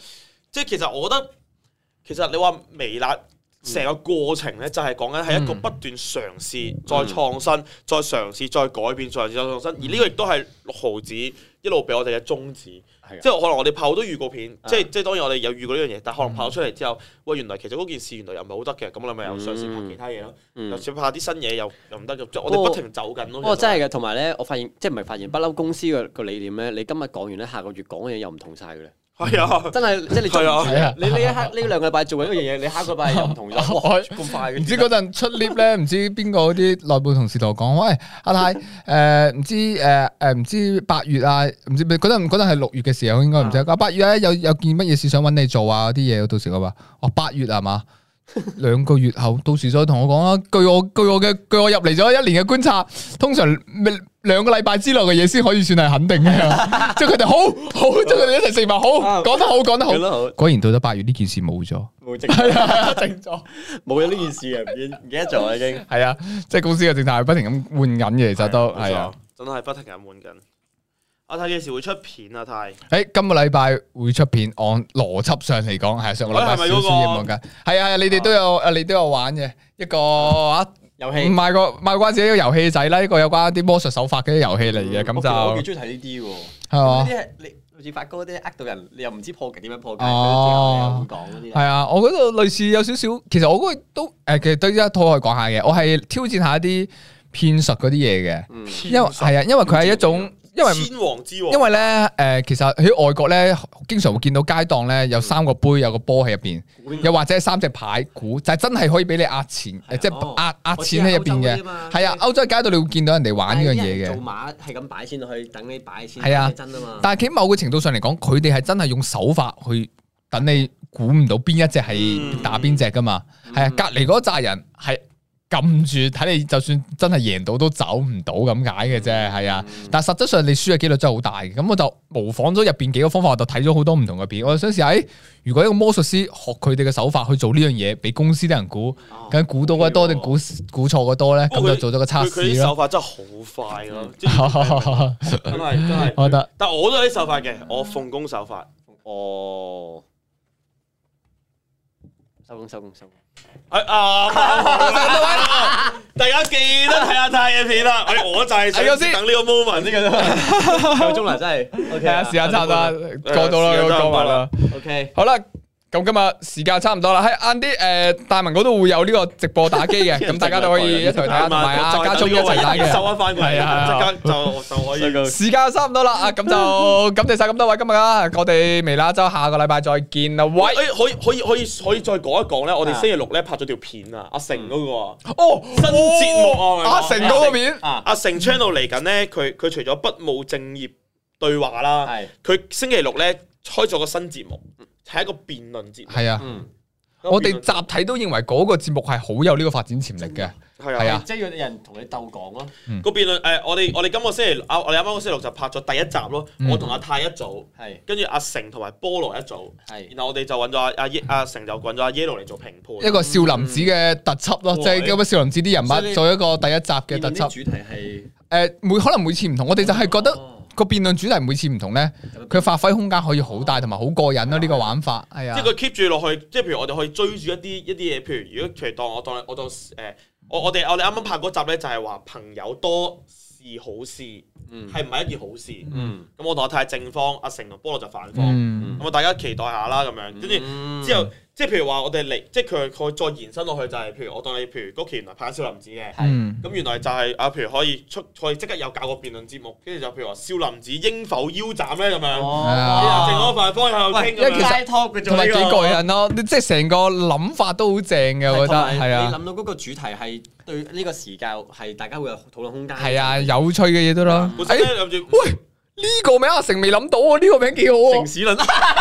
即係其實我覺得，其實你話微辣成個過程咧，就係講緊係一個不斷嘗試、再創新、再嘗試、再改變、再嘗試、再創新，而呢個亦都係六毫子一路俾我哋嘅宗旨。即係可啊能我哋拍好多預告片，即係即係當然我哋有預過呢樣嘢，但可能拍咗出嚟之後，喂原來其實嗰件事原來又唔係好得嘅，咁你咪又嘗試拍其他嘢咯，
嗯
又想拍啲新嘢又又唔得嘅，即係我嗯哋不停走緊咯。
哦，真係嘅，同埋咧，我發現即係唔係發現不嬲公司嘅個理念咧，你今日講完咧，下個月講嘅嘢又唔同晒 [LAUGHS] 嘅咧。
係啊，
真係即係你
係啊
做
係啊
你呢一刻呢兩個禮拜做緊一樣嘢，你下個禮拜又唔同咗，哇咁快嘅。
唔知
[LAUGHS]
嗰陣出 lift [LAUGHS] 咧，唔知邊個嗰啲內部同事同我講，喂，阿太，誒唔知誒誒唔知八月啊，唔知嗰陣嗰陣係六月嘅時候應該唔知，啊八月咧有有件乜嘢事想揾你做啊嗰啲嘢，到時我話，哦八月係嘛？兩個月後，到時再同我講啦。據我據我嘅據我入嚟咗一年嘅觀察，通常咪兩個禮拜之內嘅嘢先可以算係肯定 [LAUGHS] 嘅，即係佢哋好好，即係佢哋一齊食飯好，講得好講得
講得
好
好，
果然到咗八月呢件事冇咗，
冇整
係啊，靜咗。
冇咗呢件事啊，唔記唔記得咗啦已經。
系啊，即系公司嘅政策係不停咁換緊嘅，其實都係啊。，
真係不停咁換緊。阿泰幾時會出片啊？泰
诶，今個禮拜會出片，按邏輯上嚟講，係上個禮拜
哦喂係咪
少
嗰
少
個
嘢望緊。係啊，你哋都有，诶，你都有玩嘅一個啊，
遊戲
賣個賣關子一個遊戲仔啦，一個有關啲魔術手法嘅遊戲嚟
嗯
嘅，咁
我
就
幾中意睇呢啲喎。
係
呢
嘛
啲係你好似發哥嗰啲呃到人，你又唔知破解點樣破解，佢
哦
都最後你又唔講嗰啲
係
啊。
啊，我嗰度類似有少少，其實我嗰個都诶，其實都一套可以講下嘅，我係挑戰下一啲騙術嗰啲嘢嘅，
嗯
因為係啊，因為佢係一種，因為
千王
哦
之王，
因為咧，誒、其實喺外國咧，經常會見到街檔咧有三個杯，有個波喺入邊，又或者三隻牌股，就係真係可以俾你壓錢，誒即係
哦
壓壓錢喺入邊
我知係歐洲嗰啲嘛
嘅。係啊，歐洲街度你會見到人哋玩呢樣嘢
做
嘅。
馬係咁擺先去，等你擺先
係啊
先真啊嘛。
但係喺某個程度上嚟講，佢哋係真係用手法去等你估唔到邊一隻
嗯
係打邊隻噶嘛。係啊，隔離嗰扎人係撳住睇你，就算真係贏到都走唔到咁解嘅啫。係啊，
嗯
但實質上你輸嘅機率真係好大嘅。咁我就模仿咗入邊幾個方法，我就睇咗好多唔同嘅片。我就想試下，誒，如果一個魔術師學佢哋嘅手法去做呢樣嘢，俾公司啲人估，咁估到嘅多
哦
定估估錯嘅多咧？
不
咁
哦過佢
就做咗個測
佢佢啲
試
手
咯。嗯
法真係好快咯，即係真係真係。
[LAUGHS] [LAUGHS] 我
[LAUGHS]
覺得
但我都有啲手法嘅，我奉公手法。
哦，收工收工 [LAUGHS] 收工。
哎啊！ [LAUGHS] 大家記得睇下泰嘅片啦。哎，我就係
哎
想
我知
等呢個 moment 呢
夠鐘啦，真係。OK
係啊，時間差唔多啦，過到啦，
時間差唔多啦
講埋啦。
OK，
好啦，咁今日時間差唔多啦，喺晏啲诶大文嗰度會有呢個直播打
[LAUGHS]
機嘅，咁大家都可以一齊睇下，同埋啊家聰一齊打嘅。
收一翻過
係啊
嚟，即刻就就可以。
[LAUGHS] 時間差唔多啦，啊咁就感謝晒咁多位今日啦，我哋微辣周下個禮拜再見啦，喂，
哎，可以可以可以可以再講一講咧，我哋星期六咧拍咗條片啊，阿成嗰個。
哦，新
節目啊
哦阿成嗰個片，
啊
阿成 channel 嚟緊咧，佢佢除咗不務正業對話啦，
係
佢星期六咧開咗個新節目，係一個辯論節目。
係啊，
嗯，
我哋集體都認為嗰個節目係好有呢個發展潛力嘅，
係
係
啊
啊。
即係有人同你鬥講咯，
個辯論誒、我哋我哋今個星期啊，我哋啱啱個星期六就拍咗第一集咯。
嗯
我同阿泰一組，
係
跟住阿成同埋菠蘿一組，
係
然後我哋就揾咗阿阿耶阿成就揾咗阿 Yellow 嚟做評判。
一個少林寺嘅特輯咯，
嗯
即係咁嘅少林寺啲人
所以你
物做一個第一集嘅
嘅
特
特
輯
輯。主哦題係
誒每可能每次唔同，我哋就係覺得個辯論主題每次唔同咧，佢發揮空間可以好大，同埋好過癮咯。呢個玩法係啊
即係，佢 keep 住落去，即係譬如我哋可以追住一啲一啲嘢，譬如如果譬如當我當我當誒、我我哋我哋啱啱拍嗰集咧，就係話朋友多是好事，係唔係一件好事？咁、
嗯
我同阿泰係正方，阿成同菠蘿就反方。
嗯，
咁啊，大家期待下啦，咁樣跟
嗯
住之後，即係譬如話我哋嚟，即係佢佢再延伸落去就係，譬如我當你譬如嗰期原來拍緊少林寺嘅，
嗯
咁原來就係啊，譬如可以出，可以即刻有搞個辯論節目，跟住就譬如話少林寺應否腰斬咧咁
哦
樣，
啊
啊，正嗰飯方向
喂，
傾咁
一
其實
樣，
街 top 嘅做
同埋
呢
幾
個
過癮咯，即係成個諗法都好正嘅，我覺得
同埋
係
你
啊，
諗到嗰個主題係對呢個時間係大家會有討論空間。
係啊，，有趣嘅嘢都咯。
本身
誒
啊
咧
哎
諗住
喂，呢個名阿成未諗到喎，呢個名幾好
城
喎，
市論， [LAUGHS]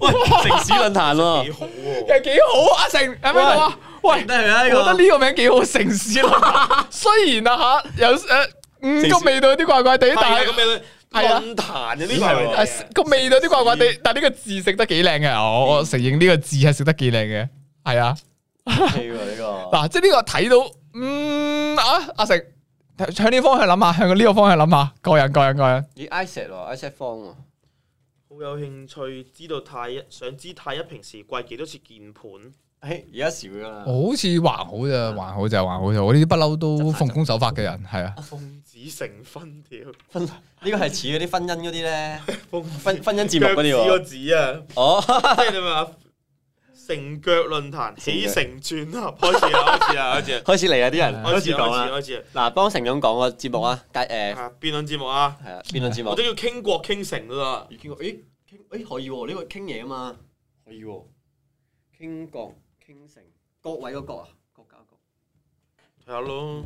喂，城市論壇
幾
喎，
好喎，
又幾好啊！阿成係咪啊？喂，
得係啊呢個
我覺得呢個名幾好，城市
[LAUGHS]
論。雖然啊嚇有誒嗯個味道有啲怪怪地，但
但係
係
咁。樣
係啊
論壇嘅呢
係
個
啊
係
個味道有啲怪怪地，但呢個字食得幾靚嘅，
嗯
我我承認呢個字係食得幾靚嘅，係啊，
呢個呢個。
嗱，即係呢個睇到，嗯啊，阿成向呢個方向諗下，向呢個方向諗下，個人個人個人，
咦，Isaac 喎，Isaac 方喎，
好好有興趣知道太一，想知太一平時貴幾多次鍵
[LAUGHS]
盤？
誒而家少㗎啦。
我好似還好咋，還好就還好咋。我呢啲不嬲都奉公守法嘅人，係啊。
奉子成婚屌，
呢個係似嗰啲婚姻嗰啲 [LAUGHS] 咧，
奉
婚婚姻節目嗰啲
腳趾個
喎。
子啊！
哦， [LAUGHS]
即係你咪話成腳論壇起承轉合開始 [LAUGHS] 啦，開始啦，開始啦，
開始嚟啊啦，啲人
開
開
始
始
啦
講
開始啦
啦。
開始
嗱，幫成勇講個節目啊，介誒
啦啊！辯論節目啊，
[LAUGHS] 係啊，辯論節目
我都。要傾國傾城噶啦，
咦，傾過，咦，傾，誒可以喎，呢個傾嘢啊嘛，可以喎，傾國傾城，各位個國啊，國家個
睇下咯。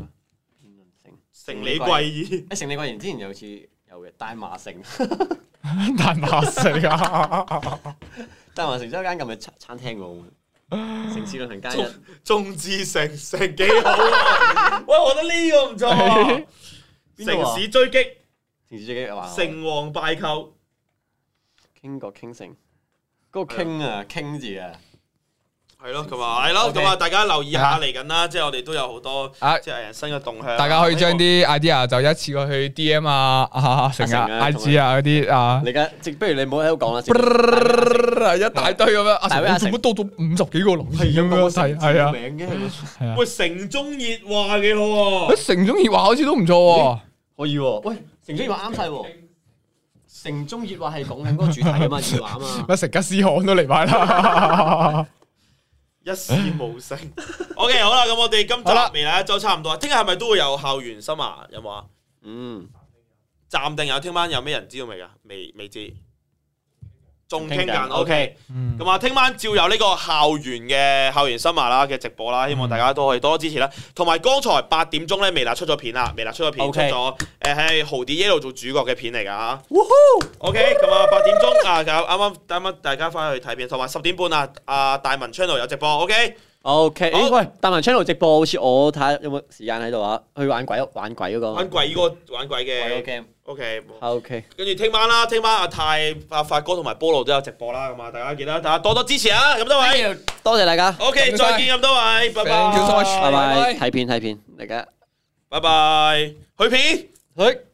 辯論城，
成李嗯貴 [LAUGHS] 義，
誒，成李桂賢之前有次有嘅，大馬城，
[LAUGHS]
[LAUGHS]
大馬死啊！
大馬城都有間咁嘅餐餐廳喎，城市論壇 [LAUGHS] 街一，
眾志成城幾好 [LAUGHS] 啊！喂，我覺得呢個唔錯 [LAUGHS] 啊。
邊度啊
城市追擊，
城市最嘅話，
成王敗寇，
傾國傾城，嗰個傾啊，傾字啊，
係咯，咁啊，係咯，咁啊，大家留意下嚟緊啦，即係我哋都有好多
[LAUGHS] 啊
即係新嘅動向，
大家可以將啲 idea 就一次過去 DM 啊、啊成
成
啊、
啊
IG 啊嗰啲啊
你，而家即不如你唔好喺度講啦，直
[LAUGHS] 一大堆咁樣。
大
阿成
威
我
阿
做
成
乜多咗五十幾個留言咁樣睇？係啊，
名嘅，
喂，城中熱話幾好喎，
誒城中熱話好似都唔錯喎。
可以喎，喂，城中熱話啱晒喎，城中熱話係講緊嗰個主題啊嘛，熱話啊
[LAUGHS]
嘛。
[LAUGHS] 乜成吉思汗都嚟埋 [LAUGHS] 啦。
一事無成。OK，好啦，咁我哋今集
好啦
未來一周差唔多，聽日係咪都會有校園新啊？有冇啊？
嗯，
暫定有，聽晚有咩人知道未噶？未未知，仲傾
傾緊
緊。
嗯
OK，咁
嗯
啊，聽晚照有呢個校園嘅校園新聞啦嘅直播
嗯
啦，希望大家都可以多支持啦。同埋剛才八點鐘咧，微辣出咗片啦，微辣出咗片
OK
出咗誒係豪迪 yellow 做主角嘅片嚟㗎嚇。OK，咁啊八點鐘啊，啱啱啱啱大家翻去睇片，同埋十點半啊，啊大文 channel 有直播。OK，
OK，
好
誒喂，大文 channel 直播好似我睇下有冇時間喺度啊？去玩鬼屋，玩鬼嗰個
玩鬼嗰個玩鬼
鬼
嘅
屋 game。
OK。
OK，
跟住聽晚啦，聽晚阿泰、阿發哥同埋菠蘿都有直播啦，咁啊，大家記得，大家多多支持啊！咁多位
多謝大家，
，OK，再見咁多位，拜拜
Thank you so much
拜
拜拜
拜，睇片睇片，大家。
拜拜，去片。
去。